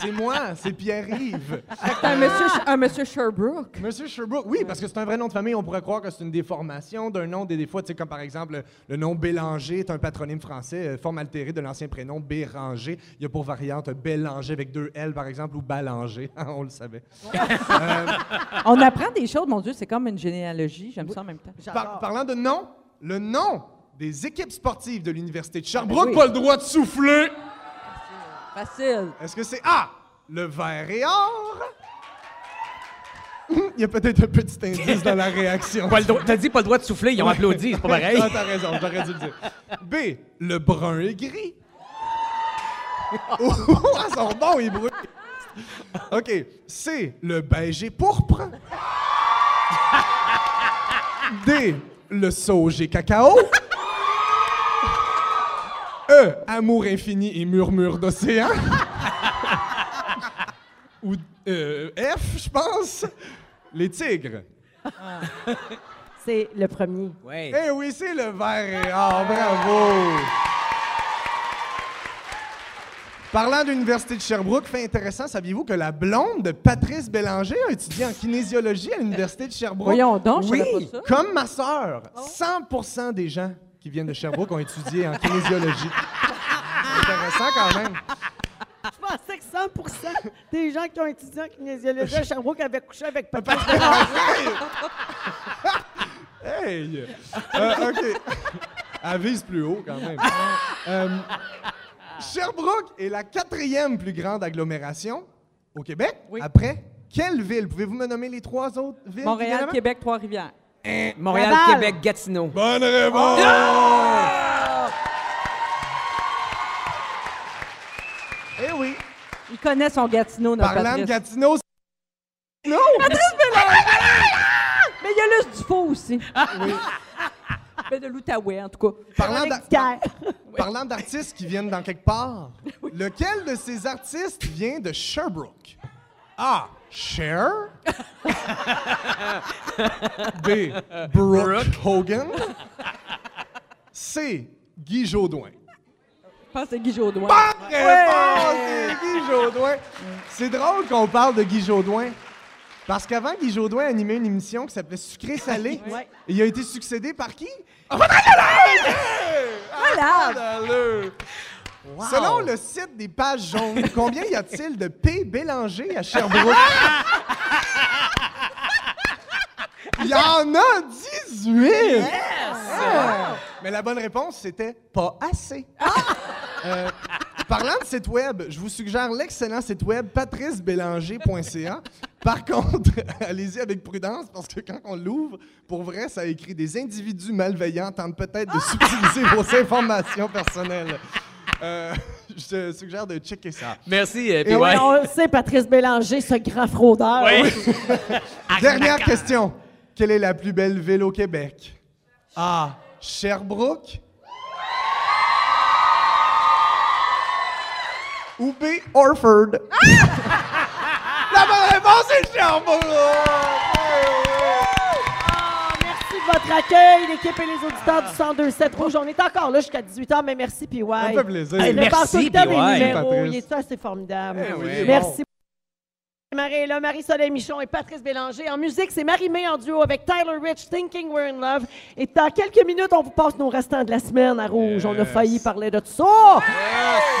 Speaker 3: c'est moi, c'est Pierre-Yves. Euh,
Speaker 6: C'est un monsieur, un monsieur Sherbrooke.
Speaker 3: Monsieur Sherbrooke, oui, parce que c'est un vrai nom de famille. On pourrait croire que c'est une déformation d'un nom. Des, des fois, tu sais, comme par exemple, le nom Bélanger est un patronyme français, euh, forme altérée de l'ancien prénom Béranger. Il y a pour variante Bélanger avec deux L, par exemple, ou Ballanger. on le savait.
Speaker 6: On apprend des choses, mon Dieu, c'est comme une généalogie, j'aime ça en même temps.
Speaker 3: Par- parlant de nom, le nom des équipes sportives de l'Université de Sherbrooke
Speaker 6: oui.
Speaker 3: pas le droit de souffler.
Speaker 6: Facile.
Speaker 3: Est-ce que c'est A, le vert et or? Il y a peut-être un petit indice dans la réaction.
Speaker 5: Pas le droit- T'as dit pas le droit de souffler, ils ont applaudi, c'est pas pareil.
Speaker 3: Ah, t'as raison, j'aurais dû le dire. B, le brun et gris. oh, ils sont bons, ils brûlent. OK. C, le beige et pourpre. D, le sauge et cacao. E, amour infini et murmure d'océan. Ou euh, F, je pense, les tigres.
Speaker 4: C'est le premier.
Speaker 5: Ouais.
Speaker 3: Eh oui, c'est le vert et or. Bravo! Parlant de l'Université de Sherbrooke, fait intéressant, saviez-vous que la blonde de Patrice Bélanger a étudié en kinésiologie à l'Université de Sherbrooke?
Speaker 6: Voyons donc, je
Speaker 3: oui,
Speaker 6: savais pas Oh.
Speaker 3: comme ma sœur, 100 des gens qui viennent de Sherbrooke ont étudié en kinésiologie. intéressant quand même.
Speaker 4: Je pensais que 100 des gens qui ont étudié en kinésiologie à Sherbrooke avaient couché avec papa.
Speaker 3: Hey! Euh, OK. Avise plus haut quand même. Euh, Sherbrooke est la quatrième plus grande agglomération au Québec. Après, quelle ville? Pouvez-vous me nommer les trois autres villes?
Speaker 6: Montréal,
Speaker 3: évidemment?
Speaker 6: Québec, Trois-Rivières.
Speaker 3: Hein?
Speaker 5: Montréal,
Speaker 3: Laval.
Speaker 5: Québec, Gatineau.
Speaker 3: Bonne réponse!
Speaker 6: Ah!
Speaker 3: Eh oui.
Speaker 6: Il connaît son Gatineau, notre
Speaker 3: Parlant de
Speaker 6: Patrice.
Speaker 3: Gatineau, c'est- Non!
Speaker 6: Patrice Bellard! Mais il y a Luce Dufault aussi.
Speaker 3: Oui.
Speaker 6: Mais de l'Outaouais, en tout cas.
Speaker 3: Parlant d'a- Parlant d'artistes qui viennent dans quelque part, lequel de ces artistes vient de Sherbrooke? A. Cher. B. Brooke Hogan. C. Guy Jodoin.
Speaker 6: Je pense que c'est Guy Jodoin.
Speaker 3: Bonne réponse, c'est Guy Jodoin. C'est drôle qu'on parle de Guy Jodoin. Parce qu'avant, Guy Jodoin animait une émission qui s'appelait Sucré Salé.
Speaker 12: Ouais.
Speaker 3: Et Il a été succédé par qui?
Speaker 12: Voilà.
Speaker 3: Scandaleux.
Speaker 12: Wow.
Speaker 3: Selon le site des pages jaunes, combien y a-t-il de P Bélanger à Sherbrooke? Il y en a 18! Ah. Mais la bonne réponse, c'était pas assez. Euh, parlant de site web, je vous suggère l'excellent site web patricebélanger.ca. Par contre, allez-y avec prudence parce que quand on l'ouvre, pour vrai, ça écrit des individus malveillants tentent peut-être de subtiliser vos informations personnelles. Euh, je te suggère de checker ça.
Speaker 5: Merci, euh, PY.
Speaker 3: Et on-
Speaker 4: On le sait, Patrice Bélanger, ce grand fraudeur.
Speaker 3: Dernière question. Quelle est la plus belle ville au Québec? A. Sherbrooke. Ou B. Orford. La bonne réponse est Sherbrooke!
Speaker 4: Ah, Merci de votre accueil, l'équipe et les auditeurs du 1027 Rouge. On est encore là jusqu'à 18h, mais merci, PY. Ça
Speaker 3: me fait plaisir.
Speaker 4: Il
Speaker 3: Hey,
Speaker 4: me parle tout Ah, le
Speaker 3: merci,
Speaker 4: temps
Speaker 3: PY.
Speaker 4: des numéros.
Speaker 3: Patrice.
Speaker 4: Il est ça, c'est formidable.
Speaker 3: Eh oui, il est
Speaker 4: merci. Marie est là, Marie-Soleil Michon et Patrice Bélanger. En musique, c'est Marie-Mé en duo avec Tyler Rich, Thinking We're in Love. Et dans quelques minutes, on vous passe nos restants de la semaine à Rouge. On a failli parler de tout ça.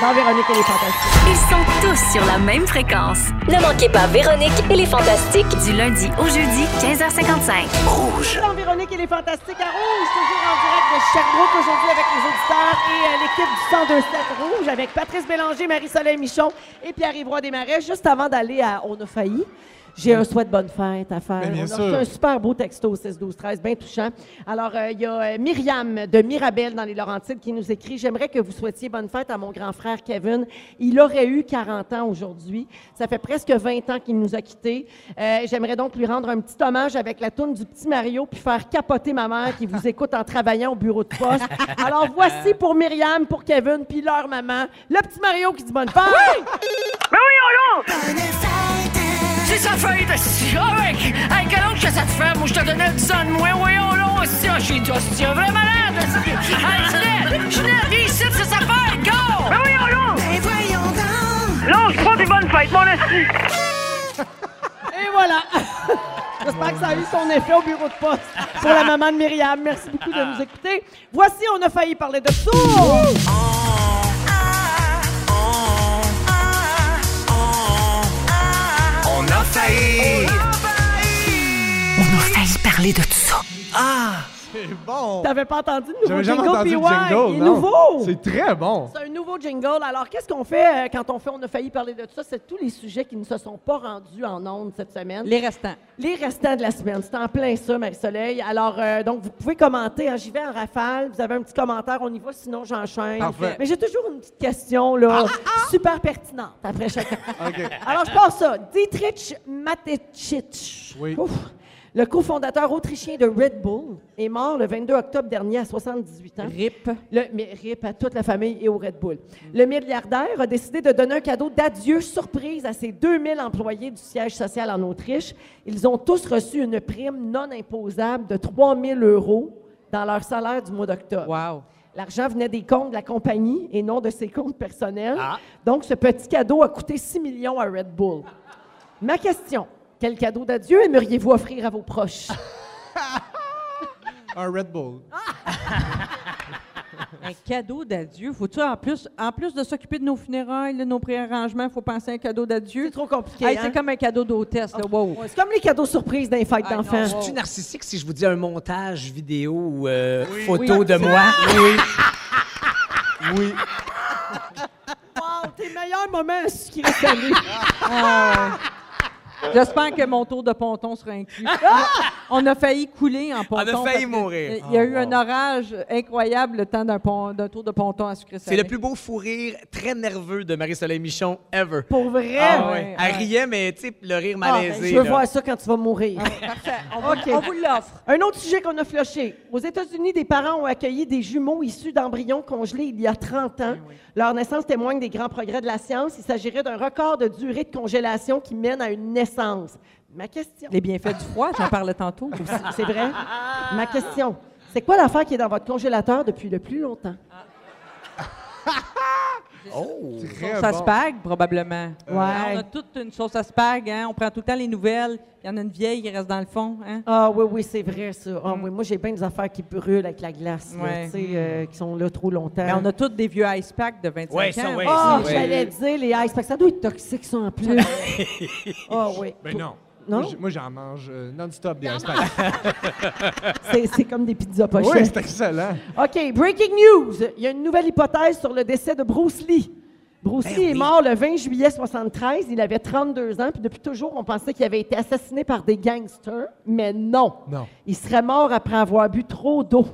Speaker 4: Dans Véronique et les Fantastiques.
Speaker 1: Ils sont tous sur la même fréquence. Ne manquez pas Véronique et les Fantastiques du lundi au jeudi 15h55. Rouge.
Speaker 4: Dans Véronique et les Fantastiques à Rouge, toujours en direct de Sherbrooke aujourd'hui avec les auditeurs et euh, l'équipe du 1027 Rouge avec Patrice Bélanger, Marie-Soleil Michon et Pierre-Yves Roy Desmarais. Juste avant d'aller à On a failli, j'ai un souhait de bonne fête à faire.
Speaker 3: Mais bien
Speaker 4: On a
Speaker 3: sûr.
Speaker 4: reçu un super beau texto au 6 12 13 bien touchant. Alors, euh, il y a euh, Myriam de Mirabel dans les Laurentides qui nous écrit J'aimerais que vous souhaitiez bonne fête à mon grand frère Kevin. Il aurait eu 40 ans aujourd'hui. Ça fait presque 20 ans qu'il nous a quittés. Euh, J'aimerais donc lui rendre un petit hommage avec la toune du petit Mario puis faire capoter ma mère qui vous écoute en travaillant au bureau de poste. Alors, voici pour Myriam, pour Kevin puis leur maman, le petit Mario qui dit bonne fête.
Speaker 12: Ben oui, on l'a! C'est sa fête, si avec! Hey, quel âge que ça te fait? Moi, je te donnais 10 ans de moins, voyons là, aussi, ah, j'ai dit, c'est un vrai malade! hostie. Hey, Ginette, Ginette, viens ici, c'est sa fête, go! Ben oui, on l'a! Ben voyons donc! Lance pas des bonnes fêtes, mon esti!
Speaker 4: Et voilà! J'espère que ça a eu son effet au bureau de poste pour la maman de Myriam. Merci beaucoup de nous écouter. Voici, on a failli parler de ça!
Speaker 12: On a failli!
Speaker 15: On a failli parler de tout ça.
Speaker 3: Ah! C'est bon!
Speaker 4: T'avais pas entendu le nouveau
Speaker 3: J'avais jamais
Speaker 4: jingle,
Speaker 3: entendu le
Speaker 4: PY?
Speaker 3: jingle,
Speaker 4: Il est
Speaker 3: non.
Speaker 4: nouveau!
Speaker 3: C'est très bon.
Speaker 4: C'est un nouveau jingle. Alors, qu'est-ce qu'on fait euh, quand on fait On a failli parler de tout ça? C'est tous les sujets qui ne se sont pas rendus en ondes cette semaine.
Speaker 6: Les restants.
Speaker 4: Les restants de la semaine. C'est en plein ça, Marie-Soleil. Alors, euh, donc, vous pouvez commenter. hein. J'y vais en rafale. Vous avez un petit commentaire. On y va, sinon j'enchaîne.
Speaker 12: Parfait.
Speaker 4: Mais j'ai toujours une petite question, là, super pertinente après chacun. Alors, je pense ça. Dietrich Mateschitsch. Ouf. Le cofondateur autrichien de Red Bull est mort le 22 octobre dernier à 78 ans.
Speaker 6: RIP.
Speaker 4: Le, mais RIP à toute la famille et au Red Bull. Le milliardaire a décidé de donner un cadeau d'adieu surprise à ses 2000 employés du siège social en Autriche. Ils ont tous reçu une prime non imposable de 3000 euros dans leur salaire du mois d'octobre. L'argent venait des comptes de la compagnie et non de ses comptes personnels. Donc, ce petit cadeau a coûté 6 millions à Red Bull. Ma question, quel cadeau d'adieu aimeriez-vous offrir à vos proches?
Speaker 3: Un Red Bull.
Speaker 4: Ah.
Speaker 6: Un cadeau d'adieu. Faut-tu en plus, en plus de s'occuper de nos funérailles, de nos préarrangements, il faut penser à un cadeau d'adieu. C'est
Speaker 4: trop compliqué. hein?
Speaker 6: C'est comme un cadeau d'hôtesse. là. Wow.
Speaker 4: C'est comme les cadeaux surprises d'un fête d'enfants.
Speaker 5: C'est-tu narcissique si je vous dis un montage vidéo ou euh,
Speaker 4: Oui.
Speaker 5: photo
Speaker 4: Oui.
Speaker 5: de moi?
Speaker 4: Oui.
Speaker 5: Oui.
Speaker 4: Tes meilleurs moments à sucrer salé.
Speaker 6: Ah, ouais. J'espère que mon tour de ponton sera inclus. On a failli couler en
Speaker 5: On
Speaker 6: ponton.
Speaker 5: a failli
Speaker 6: parce que,
Speaker 5: mourir.
Speaker 6: euh, Il y a
Speaker 5: Oh,
Speaker 6: eu un orage incroyable le temps d'un pon- d'un tour de ponton à sucré
Speaker 5: C'est le plus beau fou rire très nerveux de Marie-Soleil Michon ever.
Speaker 4: Pour vrai?
Speaker 5: Ah, ouais.
Speaker 4: Ouais,
Speaker 5: Elle riait, mais tu sais, le rire
Speaker 4: Ah, ben,
Speaker 5: malaisé.
Speaker 4: je veux
Speaker 5: là.
Speaker 4: voir ça quand tu vas mourir.
Speaker 6: On, va- on vous l'offre.
Speaker 4: Un autre sujet qu'on a floché. Aux États-Unis, des parents ont accueilli des jumeaux issus d'embryons congelés il y a 30 ans.
Speaker 6: Eh
Speaker 4: Leur naissance témoigne des grands progrès de la science. Il s'agirait d'un record de durée de congélation qui mène à une naissance. Ma question.
Speaker 6: Les bienfaits du froid, j'en parlais tantôt.
Speaker 4: C'est vrai? Ma question. C'est quoi l'affaire qui est dans votre congélateur depuis le plus longtemps?
Speaker 5: Oh!
Speaker 6: Sauce à spag, probablement.
Speaker 5: Euh,
Speaker 4: Ouais.
Speaker 6: On a toute une sauce à spag, hein. On prend tout le temps les nouvelles. Il y en a une vieille qui reste dans le fond, hein.
Speaker 4: Ah oui, oui, c'est vrai ça. Ah oui, moi, j'ai bien des affaires qui brûlent avec la glace, là,
Speaker 6: Ouais.
Speaker 4: tu sais, euh, qui sont là trop longtemps.
Speaker 6: Mais on a tous des vieux ice packs de 25
Speaker 5: Ouais,
Speaker 6: ans.
Speaker 5: ça, ouais,
Speaker 4: Ah,
Speaker 5: ça, ouais.
Speaker 4: j'allais dire les ice packs. Ça doit être toxique, ça, en plus. Ah oui.
Speaker 3: Ben non.
Speaker 4: Non? Ah.
Speaker 3: Moi, j'- Moi, j'en mange euh, non-stop des ice packs.
Speaker 4: C'est c'est comme des pizzas pochettes.
Speaker 3: Oui, c'est excellent.
Speaker 4: OK, breaking news. Il y a une nouvelle hypothèse sur le décès de Bruce Lee. Bruce Lee est mort le 20 juillet 73. Il avait 32 ans. Puis depuis toujours, on pensait qu'il avait été assassiné par des gangsters. Mais non.
Speaker 3: Non.
Speaker 4: Il serait mort après avoir bu trop d'eau.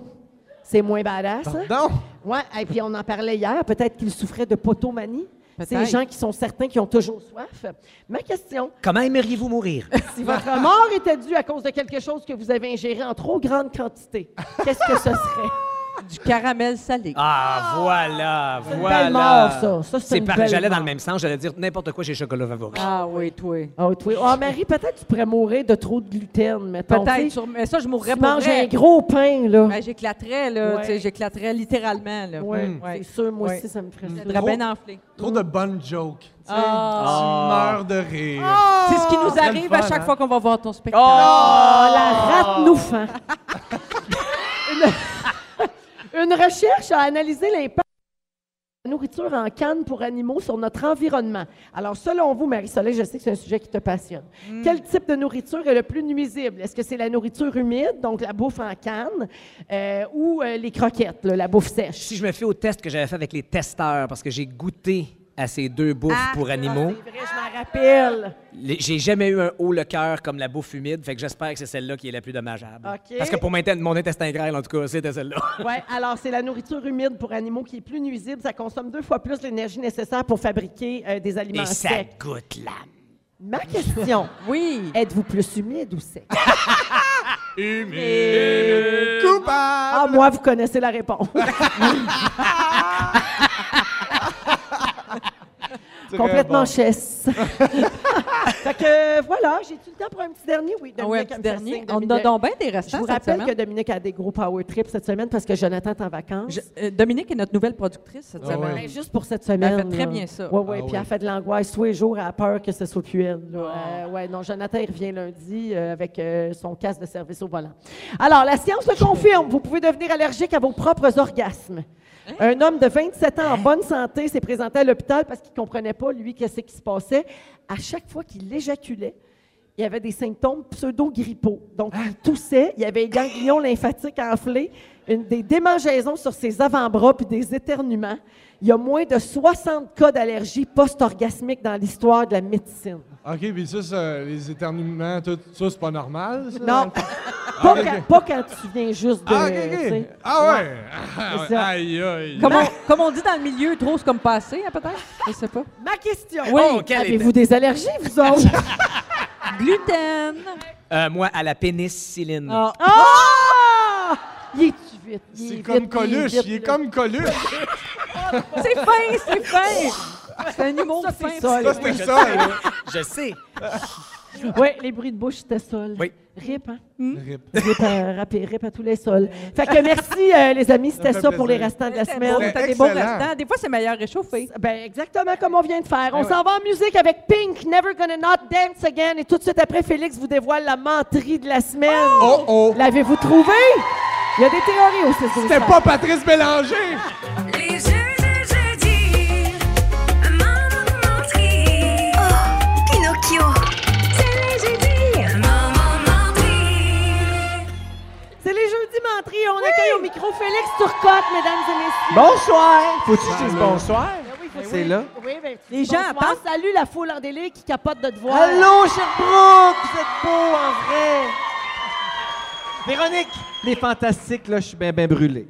Speaker 4: C'est moins badass. hein?
Speaker 3: Pardon?
Speaker 4: Ouais, et puis on en parlait hier, peut-être qu'il souffrait de potomanie. C'est les
Speaker 6: Peut-être.
Speaker 4: gens qui sont certains qui ont toujours soif. Ma question,
Speaker 5: Comment aimeriez-vous mourir?
Speaker 4: si votre mort était due à cause de quelque chose que vous avez ingéré en trop grande quantité, qu'est-ce que ce serait?
Speaker 6: Du caramel salé.
Speaker 5: Ah, voilà,
Speaker 4: une
Speaker 5: voilà.
Speaker 4: belle mort, ça. Ça, c'est
Speaker 5: C'est
Speaker 4: une
Speaker 5: par-
Speaker 4: belle
Speaker 5: J'allais dans
Speaker 4: mort.
Speaker 5: le même sens, j'allais dire n'importe quoi chez Chocolat Favori.
Speaker 6: Ah oui, toi.
Speaker 4: Ah oui, toi. Ah, Marie, peut-être tu pourrais mourir de trop de gluten, mettons.
Speaker 6: Peut-être.
Speaker 4: tu sais.
Speaker 6: sur- Mais ça, je mourrais
Speaker 4: Tu
Speaker 6: pas.
Speaker 4: manges un gros pain, là.
Speaker 6: Ben, j'éclaterais, là.
Speaker 4: Ouais.
Speaker 6: tu sais, J'éclaterais littéralement, là.
Speaker 4: Ouais,
Speaker 6: Mm. Ouais.
Speaker 4: c'est sûr, moi
Speaker 6: Ouais. Mm.
Speaker 4: aussi, ça me ferait
Speaker 6: Je
Speaker 4: ça.
Speaker 6: serais bien enflé.
Speaker 3: Trop de bonnes jokes. Tu sais, tu
Speaker 6: Ah.
Speaker 3: meurs de rire.
Speaker 6: C'est ce qui nous arrive
Speaker 3: fun,
Speaker 6: à chaque
Speaker 3: hein?
Speaker 6: fois qu'on va voir ton spectacle.
Speaker 4: Ah, la rate nous fend. une... une recherche a analysé l'impact de la nourriture en canne pour animaux sur notre environnement. Alors, selon vous, Marie-Soleil, je sais que c'est un sujet qui te passionne. Quel type de nourriture est le plus nuisible? Est-ce que c'est la nourriture humide, donc la bouffe en canne, euh, ou euh, les croquettes, là, la bouffe sèche?
Speaker 5: Si je me fais au test que j'avais fait avec les testeurs, parce que j'ai goûté à ces deux bouffes pour animaux,
Speaker 4: Ah, C'est vrai, je m'en rappelle.
Speaker 5: les- j'ai jamais eu un haut le cœur comme la bouffe humide, fait que j'espère que c'est celle-là qui est la plus dommageable.
Speaker 4: OK.
Speaker 5: Parce que pour mon inten- mon intestin grêle, en tout cas, c'était celle-là.
Speaker 4: Oui, alors c'est la nourriture humide pour animaux qui est plus nuisible. Ça consomme deux fois plus l'énergie nécessaire pour fabriquer euh, des aliments
Speaker 5: Et ça
Speaker 4: secs.
Speaker 5: goûte l'âme.
Speaker 4: Ma question,
Speaker 6: Oui.
Speaker 4: êtes-vous plus humide ou sec?
Speaker 3: Coupable!
Speaker 4: Ah, moi, vous connaissez la réponse.
Speaker 3: Très
Speaker 4: Complètement
Speaker 3: bon.
Speaker 4: chesse. fait que euh, voilà, j'ai-tu le temps pour un petit dernier? Oui,
Speaker 6: Ah ouais, un
Speaker 4: Dominique, elle
Speaker 6: petit
Speaker 4: me fait
Speaker 6: dernier.
Speaker 4: signe,
Speaker 6: On a
Speaker 4: Dominique.
Speaker 6: donc bien des
Speaker 4: Je
Speaker 6: restants
Speaker 4: vous
Speaker 6: cette
Speaker 4: rappelle
Speaker 6: semaine.
Speaker 4: que Dominique a des gros power trips cette semaine parce que Jonathan est en vacances.
Speaker 6: Je- euh, Dominique est notre nouvelle productrice cette
Speaker 3: Ah ouais.
Speaker 6: semaine.
Speaker 4: Ben, juste pour cette semaine.
Speaker 6: Elle fait très
Speaker 4: là.
Speaker 6: bien ça.
Speaker 4: Ouais, ouais,
Speaker 3: Ah
Speaker 4: puis
Speaker 3: ouais.
Speaker 4: elle fait de l'angoisse tous les jours, elle a peur que ce soit plus elle. là.
Speaker 6: Ah.
Speaker 4: Euh, ouais, non, Jonathan, il revient lundi euh, avec euh, son casque de service au volant. Alors, la science le confirme, vous pouvez devenir allergique à vos propres orgasmes.
Speaker 6: Hein?
Speaker 4: Un homme de 27 ans en bonne santé s'est présenté à l'hôpital parce qu'il ne comprenait pas, lui, qu'est-ce qui se passait. À chaque fois qu'il éjaculait, il y avait des symptômes pseudo-grippaux. Donc, il toussait, il y avait les ganglions lymphatiques enflés, une- des démangeaisons sur ses avant-bras puis des éternuements. Il y a moins de 60 cas d'allergie post-orgasmique dans l'histoire de la médecine.
Speaker 3: OK, puis ça, ça, les éternuements, tout ça, c'est pas normal, ça?
Speaker 4: Non, pas, quand, pas quand tu viens juste de...
Speaker 3: Ah, OK,
Speaker 4: tu
Speaker 3: OK.
Speaker 4: sais.
Speaker 3: Ah ouais! Ah,
Speaker 4: C'est ça.
Speaker 3: Aïe, aïe.
Speaker 6: Comme on, comme on dit dans le milieu, trop c'est comme passé, hein, peut-être? Je sais pas.
Speaker 4: Ma question,
Speaker 6: Oui.
Speaker 5: Oh, quelle
Speaker 4: avez-vous des allergies, vous autres?
Speaker 6: Gluten.
Speaker 5: Euh, moi, à la pénicilline.
Speaker 4: ah! Ah! Il est-tu vite? il est
Speaker 3: C'est
Speaker 4: vite,
Speaker 3: comme
Speaker 4: est
Speaker 3: Coluche,
Speaker 4: vite,
Speaker 3: il est
Speaker 4: là.
Speaker 3: comme Coluche.
Speaker 6: C'est fin, c'est fin. C'est un humour
Speaker 4: Ça, c'est
Speaker 6: fin.
Speaker 4: ça,
Speaker 3: Ça,
Speaker 4: là.
Speaker 3: c'était ça. là.
Speaker 5: Je sais.
Speaker 4: Oui, les bruits de bouche, c'était ça. là.
Speaker 5: Oui.
Speaker 4: Rip, hein?
Speaker 3: Rip.
Speaker 4: Rip à, rap- rip à tous les sols. Fait que merci, euh, les amis. C'était
Speaker 3: fait
Speaker 4: ça pour les
Speaker 3: plaisir.
Speaker 4: restants de la
Speaker 6: C'était beau,
Speaker 4: semaine.
Speaker 6: T'as des beaux
Speaker 3: Excellent.
Speaker 6: restants. Des fois, c'est meilleur réchauffé.
Speaker 4: Ben, exactement comme on vient de
Speaker 3: Ben
Speaker 4: faire. On s'en va en musique avec Pink, Never Gonna Not Dance Again. Et tout de suite après, Félix vous dévoile la menterie de la semaine.
Speaker 3: Oh, oh.
Speaker 4: L'avez-vous trouvé? Il y a des théories aussi. sur ça.
Speaker 3: C'était pas Patrice Bélanger!
Speaker 1: Les jeux de jeudi, maman menterie. Oh, Pinocchio, c'est les jeudis. Maman menterie.
Speaker 4: C'est les jeudis menteries. On accueille au micro Félix Turcotte, mesdames et messieurs.
Speaker 16: Bonsoir! Faut-tu que je dise bonsoir?
Speaker 4: Ben oui, faut
Speaker 17: C'est
Speaker 4: dire.
Speaker 17: là.
Speaker 4: Oui, ben,
Speaker 6: Les
Speaker 4: bonsoir.
Speaker 6: gens parlent.
Speaker 4: Salut la foule en délire qui capote de te voir.
Speaker 17: Allô, Sherbrooke, Oh, vous êtes beau en vrai. Véronique!
Speaker 12: Les fantastiques, là, je suis bien ben brûlé.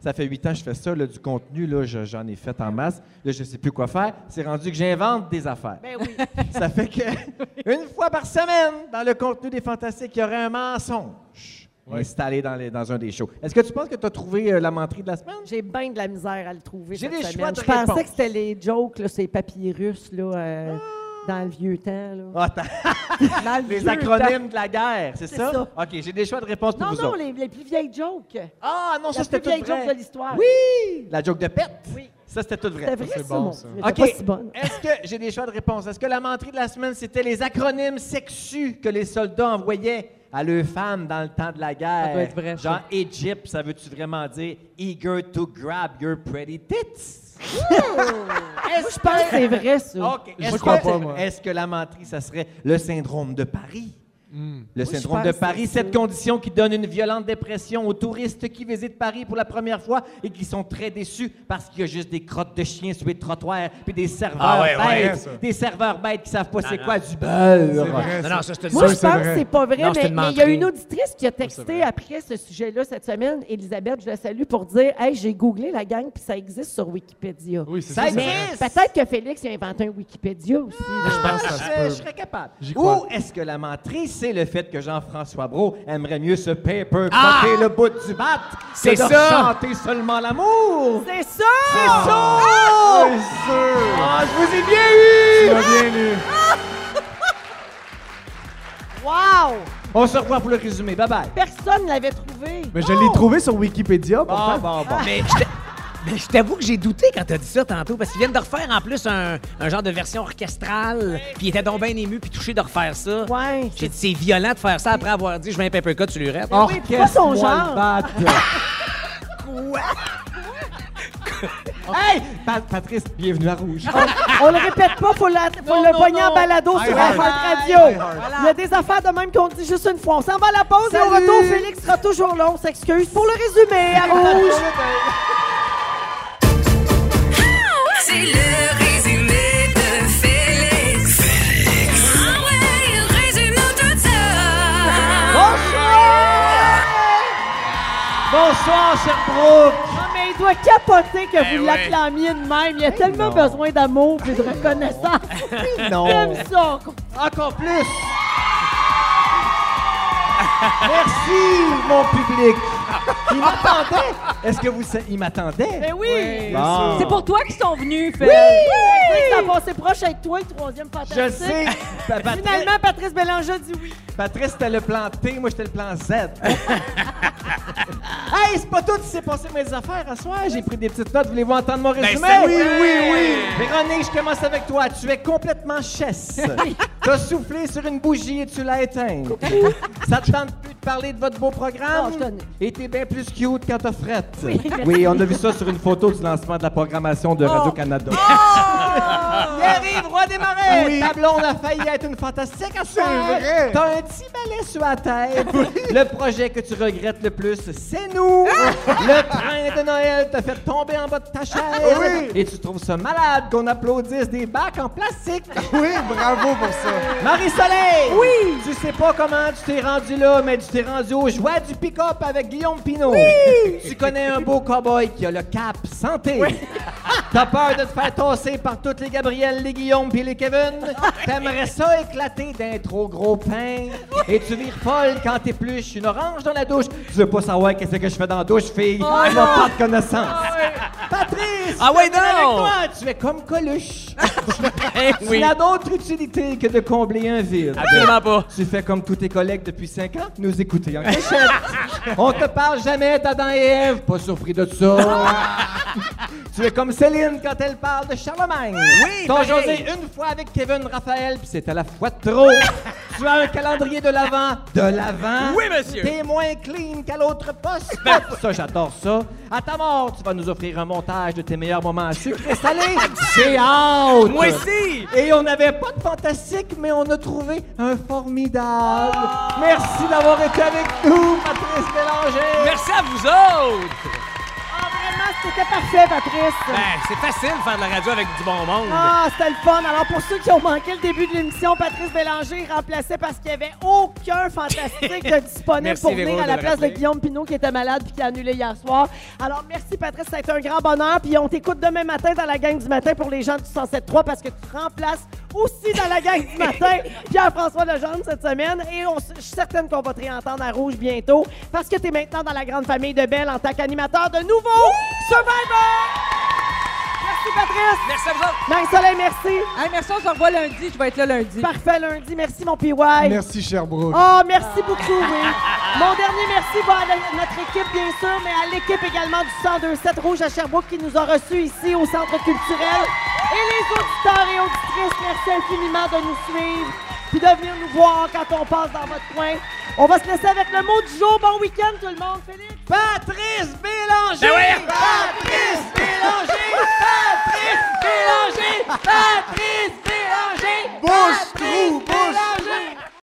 Speaker 12: Ça fait huit ans que je fais ça, là, du contenu, là, je- j'en ai fait en masse. Là, je sais plus quoi faire. C'est rendu que j'invente des affaires.
Speaker 4: Ben oui.
Speaker 12: Ça fait que une fois par semaine, dans le contenu des fantastiques, il y aurait un mensonge installé dans, les- dans un des shows. Est-ce que tu penses que tu as trouvé euh, la menterie de la semaine?
Speaker 4: J'ai bien de la misère à le trouver.
Speaker 12: J'ai
Speaker 4: cette
Speaker 12: des
Speaker 4: semaine.
Speaker 12: choix de
Speaker 4: Je pensais
Speaker 12: réponse.
Speaker 4: que c'était les jokes, là, ces papyrus là, euh, dans le vieux temps. Là. Dans le
Speaker 12: Ah! les
Speaker 4: vieux
Speaker 12: acronymes
Speaker 4: temps.
Speaker 12: de la guerre, c'est
Speaker 4: Ah, C'est
Speaker 12: ça?
Speaker 4: ça.
Speaker 12: OK, j'ai des choix de réponse pour
Speaker 4: Non,
Speaker 12: vous
Speaker 4: non,
Speaker 12: autres.
Speaker 4: les, les plus vieilles jokes.
Speaker 12: Ah non,
Speaker 4: ça,
Speaker 12: c'était
Speaker 4: Les plus
Speaker 12: tout
Speaker 4: vieilles
Speaker 12: vrai.
Speaker 4: jokes de l'histoire.
Speaker 12: Oui! La joke de pète?
Speaker 4: Oui.
Speaker 12: Ça, c'était tout vrai.
Speaker 4: C'était vrai, Ça, c'est ça, bon, mon ça. Dieu,
Speaker 12: OK.
Speaker 4: t'es pas si bonne.
Speaker 12: Est-ce que j'ai des choix de réponse? Est-ce que la menterie de la semaine, c'était les acronymes sexus que les soldats envoyaient à leurs femmes dans le temps de la guerre?
Speaker 6: doit être vrai, ça.
Speaker 12: Genre, Egypt, ça veut-tu vraiment dire eager to grab your pretty tits?
Speaker 4: Moi, je pense que c'est vrai, ça.
Speaker 12: Ah, OK. Est-ce que, est-ce que la menterie, ça serait le syndrome de Paris? Le
Speaker 4: Oui,
Speaker 12: syndrome
Speaker 4: je
Speaker 12: de
Speaker 4: pense
Speaker 12: Paris,
Speaker 4: que c'est
Speaker 12: cette condition qui donne une violente dépression aux touristes qui visitent Paris pour la première fois et qui sont très déçus parce qu'il y a juste des crottes de chiens sur les trottoirs puis des serveurs
Speaker 5: Ah ouais, ouais,
Speaker 12: bêtes,
Speaker 5: ça.
Speaker 12: des serveurs bêtes qui savent pas c'est
Speaker 5: non.
Speaker 12: quoi du beurre.
Speaker 5: C'est vrai, Non, non, ça, c'est une-
Speaker 4: Moi, je
Speaker 5: ça,
Speaker 4: pense
Speaker 5: c'est
Speaker 4: que
Speaker 5: vrai.
Speaker 4: c'est pas vrai,
Speaker 5: Non, c'est
Speaker 4: mais
Speaker 5: une
Speaker 4: mais il y a
Speaker 5: menterie.
Speaker 4: une auditrice qui a texté après ce sujet-là cette semaine, Elisabeth, je la salue, pour dire Hey, j'ai googlé la gang, puis ça existe sur Wikipédia. Oui,
Speaker 12: c'est Ça ça, c'est existe! vrai.
Speaker 4: Peut-être que Félix a inventé un Wikipédia aussi. là.
Speaker 12: Je pense que ça se peut. Ah, Je serais capable.
Speaker 4: J'y crois.
Speaker 12: Ou est-ce que la menterie, c'est le fait que Jean-François Brault aimerait mieux se paper
Speaker 4: Ah!
Speaker 12: potter le bout du bat
Speaker 4: C'est
Speaker 12: que de
Speaker 4: ça!
Speaker 12: chanter seulement l'amour?
Speaker 4: C'est ça!
Speaker 12: C'est ça!
Speaker 4: Ah!
Speaker 12: C'est sûr! Ah, je vous ai bien eu!
Speaker 4: Wow!
Speaker 12: On se revoit pour le résumé. Bye-bye.
Speaker 4: Ah! Personne ne l'avait trouvé.
Speaker 3: Mais je l'ai trouvé sur Wikipédia,
Speaker 12: Ah,
Speaker 3: pourtant.
Speaker 12: ben,
Speaker 5: Mais je t'a- mais je t'avoue que j'ai douté quand t'as dit ça tantôt, parce qu'ils viennent de refaire en plus un, un genre de version orchestrale, puis il était donc bien ému, puis touché de refaire ça.
Speaker 4: Ouais.
Speaker 5: J'ai dit, c'est violent de faire ça après avoir dit, je vais un paper cut sur l'urette.
Speaker 12: ben
Speaker 4: Mais oui, pourquoi son genre?
Speaker 12: Hey! Pa- Patrice, bienvenue à Rouge.
Speaker 4: on, on le répète pas, faut, la, faut
Speaker 12: Non,
Speaker 4: le
Speaker 12: non,
Speaker 4: pogner en
Speaker 12: non.
Speaker 4: balado sur
Speaker 12: Hi,
Speaker 4: la
Speaker 12: hi.
Speaker 4: radio.
Speaker 12: Hi, hi.
Speaker 4: Il y a des affaires de même qu'on dit juste une fois. On s'en va à la pause et au
Speaker 12: Salut.
Speaker 4: retour, Félix sera toujours là. On s'excuse pour le résumé à rouge.
Speaker 1: C'est le résumé de Félix. Félix. Ah ouais, il résume nous tout ça.
Speaker 12: Bonsoir, Sherbrooke!
Speaker 4: Ah, mais il doit capoter que
Speaker 12: Ben
Speaker 4: vous
Speaker 12: ouais.
Speaker 4: l'acclamiez de même. Il a tellement besoin d'amour et de reconnaissance.
Speaker 12: non.
Speaker 4: Il aime ça. encore.
Speaker 12: Encore plus. Merci, mon public. Il m'attendait. Est-ce que vous savez? Il m'attendait.
Speaker 4: Mais Eh oui.
Speaker 12: Bon.
Speaker 6: C'est pour toi qu'ils sont venus, Phil.
Speaker 4: Oui! oui! Ça passait proche avec toi, le troisième fantastique.
Speaker 12: Je sais. Pa- Patrice-
Speaker 4: Finalement, Patrice Bélanger dit oui.
Speaker 12: Patrice, c'était le plan T, moi j'étais le plan Z. hey, c'est pas tout qui s'est passé mes affaires à soir. J'ai pris des petites notes. Voulez-vous entendre mon résumé?
Speaker 1: Ben, c'est Oui, vrai. oui,
Speaker 12: oui. Véronique, je commence avec toi. Tu es complètement chasse. T'as soufflé sur une bougie et tu l'as éteinte. Ça te tente plus de parler de votre beau programme? et t'es bien plus cute quand t'as frette.
Speaker 1: Oui.
Speaker 12: oui, on a vu ça sur une photo du lancement de la programmation de Radio-Canada. Pierre-Yves, roi des marais!
Speaker 1: Oui.
Speaker 12: Ta blonde a failli être une fantastique à soir.
Speaker 1: vrai.
Speaker 12: T'as un petit balai sur la tête. le projet que tu regrettes le plus, c'est nous! le train de Noël t'a fait tomber en bas de ta chaise.
Speaker 1: Oui.
Speaker 12: Et tu trouves ça malade qu'on applaudisse des bacs en plastique.
Speaker 3: Oui, bravo pour ça.
Speaker 12: Marie-Soleil! Oui! Tu sais pas comment tu t'es rendu là, mais tu t'es rendu aux joies du pick-up avec Guillaume Pinot. Oui! Tu connais un beau cowboy qui a le cap santé. T'as peur de te faire tasser par toutes les Gabrielles, les Guillaume puis les Kevin. T'aimerais ça éclater d'un trop gros pain. Et tu vires folle quand t'épluches une orange dans la douche. Tu veux pas savoir qu'est-ce que je fais dans la douche, fille.
Speaker 1: Oh
Speaker 12: Tu n'as
Speaker 1: non!
Speaker 12: pas de connaissance. Patrice!
Speaker 1: Ah ouais,
Speaker 12: je termine
Speaker 1: non!
Speaker 12: avec toi. Tu es comme Coluche. Tu n'as d'autre utilité que de combler un vide.
Speaker 1: Absolument
Speaker 12: pas. Tu fais comme tous tes collègues depuis 5 ans, nous écouter en cachette. On te parle jamais d'Adam et Ève, pas surpris de ça. tu es comme Céline quand elle parle de Charlemagne.
Speaker 1: Oui,
Speaker 12: T'as
Speaker 1: pareil.
Speaker 12: jasé une fois avec Kevin Raphaël, puis c'est à la fois trop. tu as un calendrier de l'avant, de l'avant.
Speaker 1: Oui, monsieur. Ben.
Speaker 12: T'es moins clean qu'à l'autre poste. ça, j'adore ça. À ta mort, tu vas nous offrir un montage de tes meilleurs moments sucrés et salés. J'ai hâte.
Speaker 1: Moi aussi.
Speaker 12: Et on n'avait pas de fantastique, mais on a trouvé un formidable. Merci d'avoir été avec nous, Patrice Bélanger.
Speaker 5: Merci à vous autres!
Speaker 4: Ah, Vraiment, C'était parfait, Patrice.
Speaker 5: Ben, c'est facile de faire de la radio avec du bon monde.
Speaker 4: Ah, c'était le fun. Alors, pour ceux qui ont manqué le début de l'émission, Patrice Bélanger est remplacé parce qu'il n'y avait aucun fantastique de disponible
Speaker 5: Merci,
Speaker 4: pour
Speaker 5: Véro,
Speaker 4: venir à
Speaker 5: de
Speaker 4: la
Speaker 5: le
Speaker 4: place de
Speaker 5: rappeler.
Speaker 4: Guillaume Pinot qui était malade puis qui a annulé hier soir. Alors, merci, Patrice. Ça a été un grand bonheur. Puis, on t'écoute demain matin dans la gang du matin pour les gens du 107.3 parce que tu remplaces aussi dans la gang du matin Pierre-François Lejeune cette semaine. Et on s- je suis certaine qu'on va te réentendre à Rouge bientôt parce que tu es maintenant dans la grande famille de Belle en tant qu'animateur de nouveau Survivor! Merci, Patrice.
Speaker 5: Merci à vous autres.
Speaker 4: Marie-Soleil, merci.
Speaker 6: merci, on se revoit lundi. Je vais être là lundi.
Speaker 4: Parfait, lundi. Merci, mon PY.
Speaker 3: Merci, Sherbrooke.
Speaker 4: Oh, merci beaucoup, oui. Mon dernier merci va à la- notre équipe, bien sûr, mais à l'équipe également du 1027 Rouge à Sherbrooke qui nous a reçus ici au Centre culturel. Et les auditeurs et auditrices, merci infiniment de nous suivre puis de venir nous voir quand on passe dans votre coin. On va se laisser avec le mot du jour. Bon week-end, tout le monde. Félix.
Speaker 18: Patrice Bélanger!
Speaker 4: Ben oui!
Speaker 18: Patrice Bélanger! Patrice Bélanger! Patrice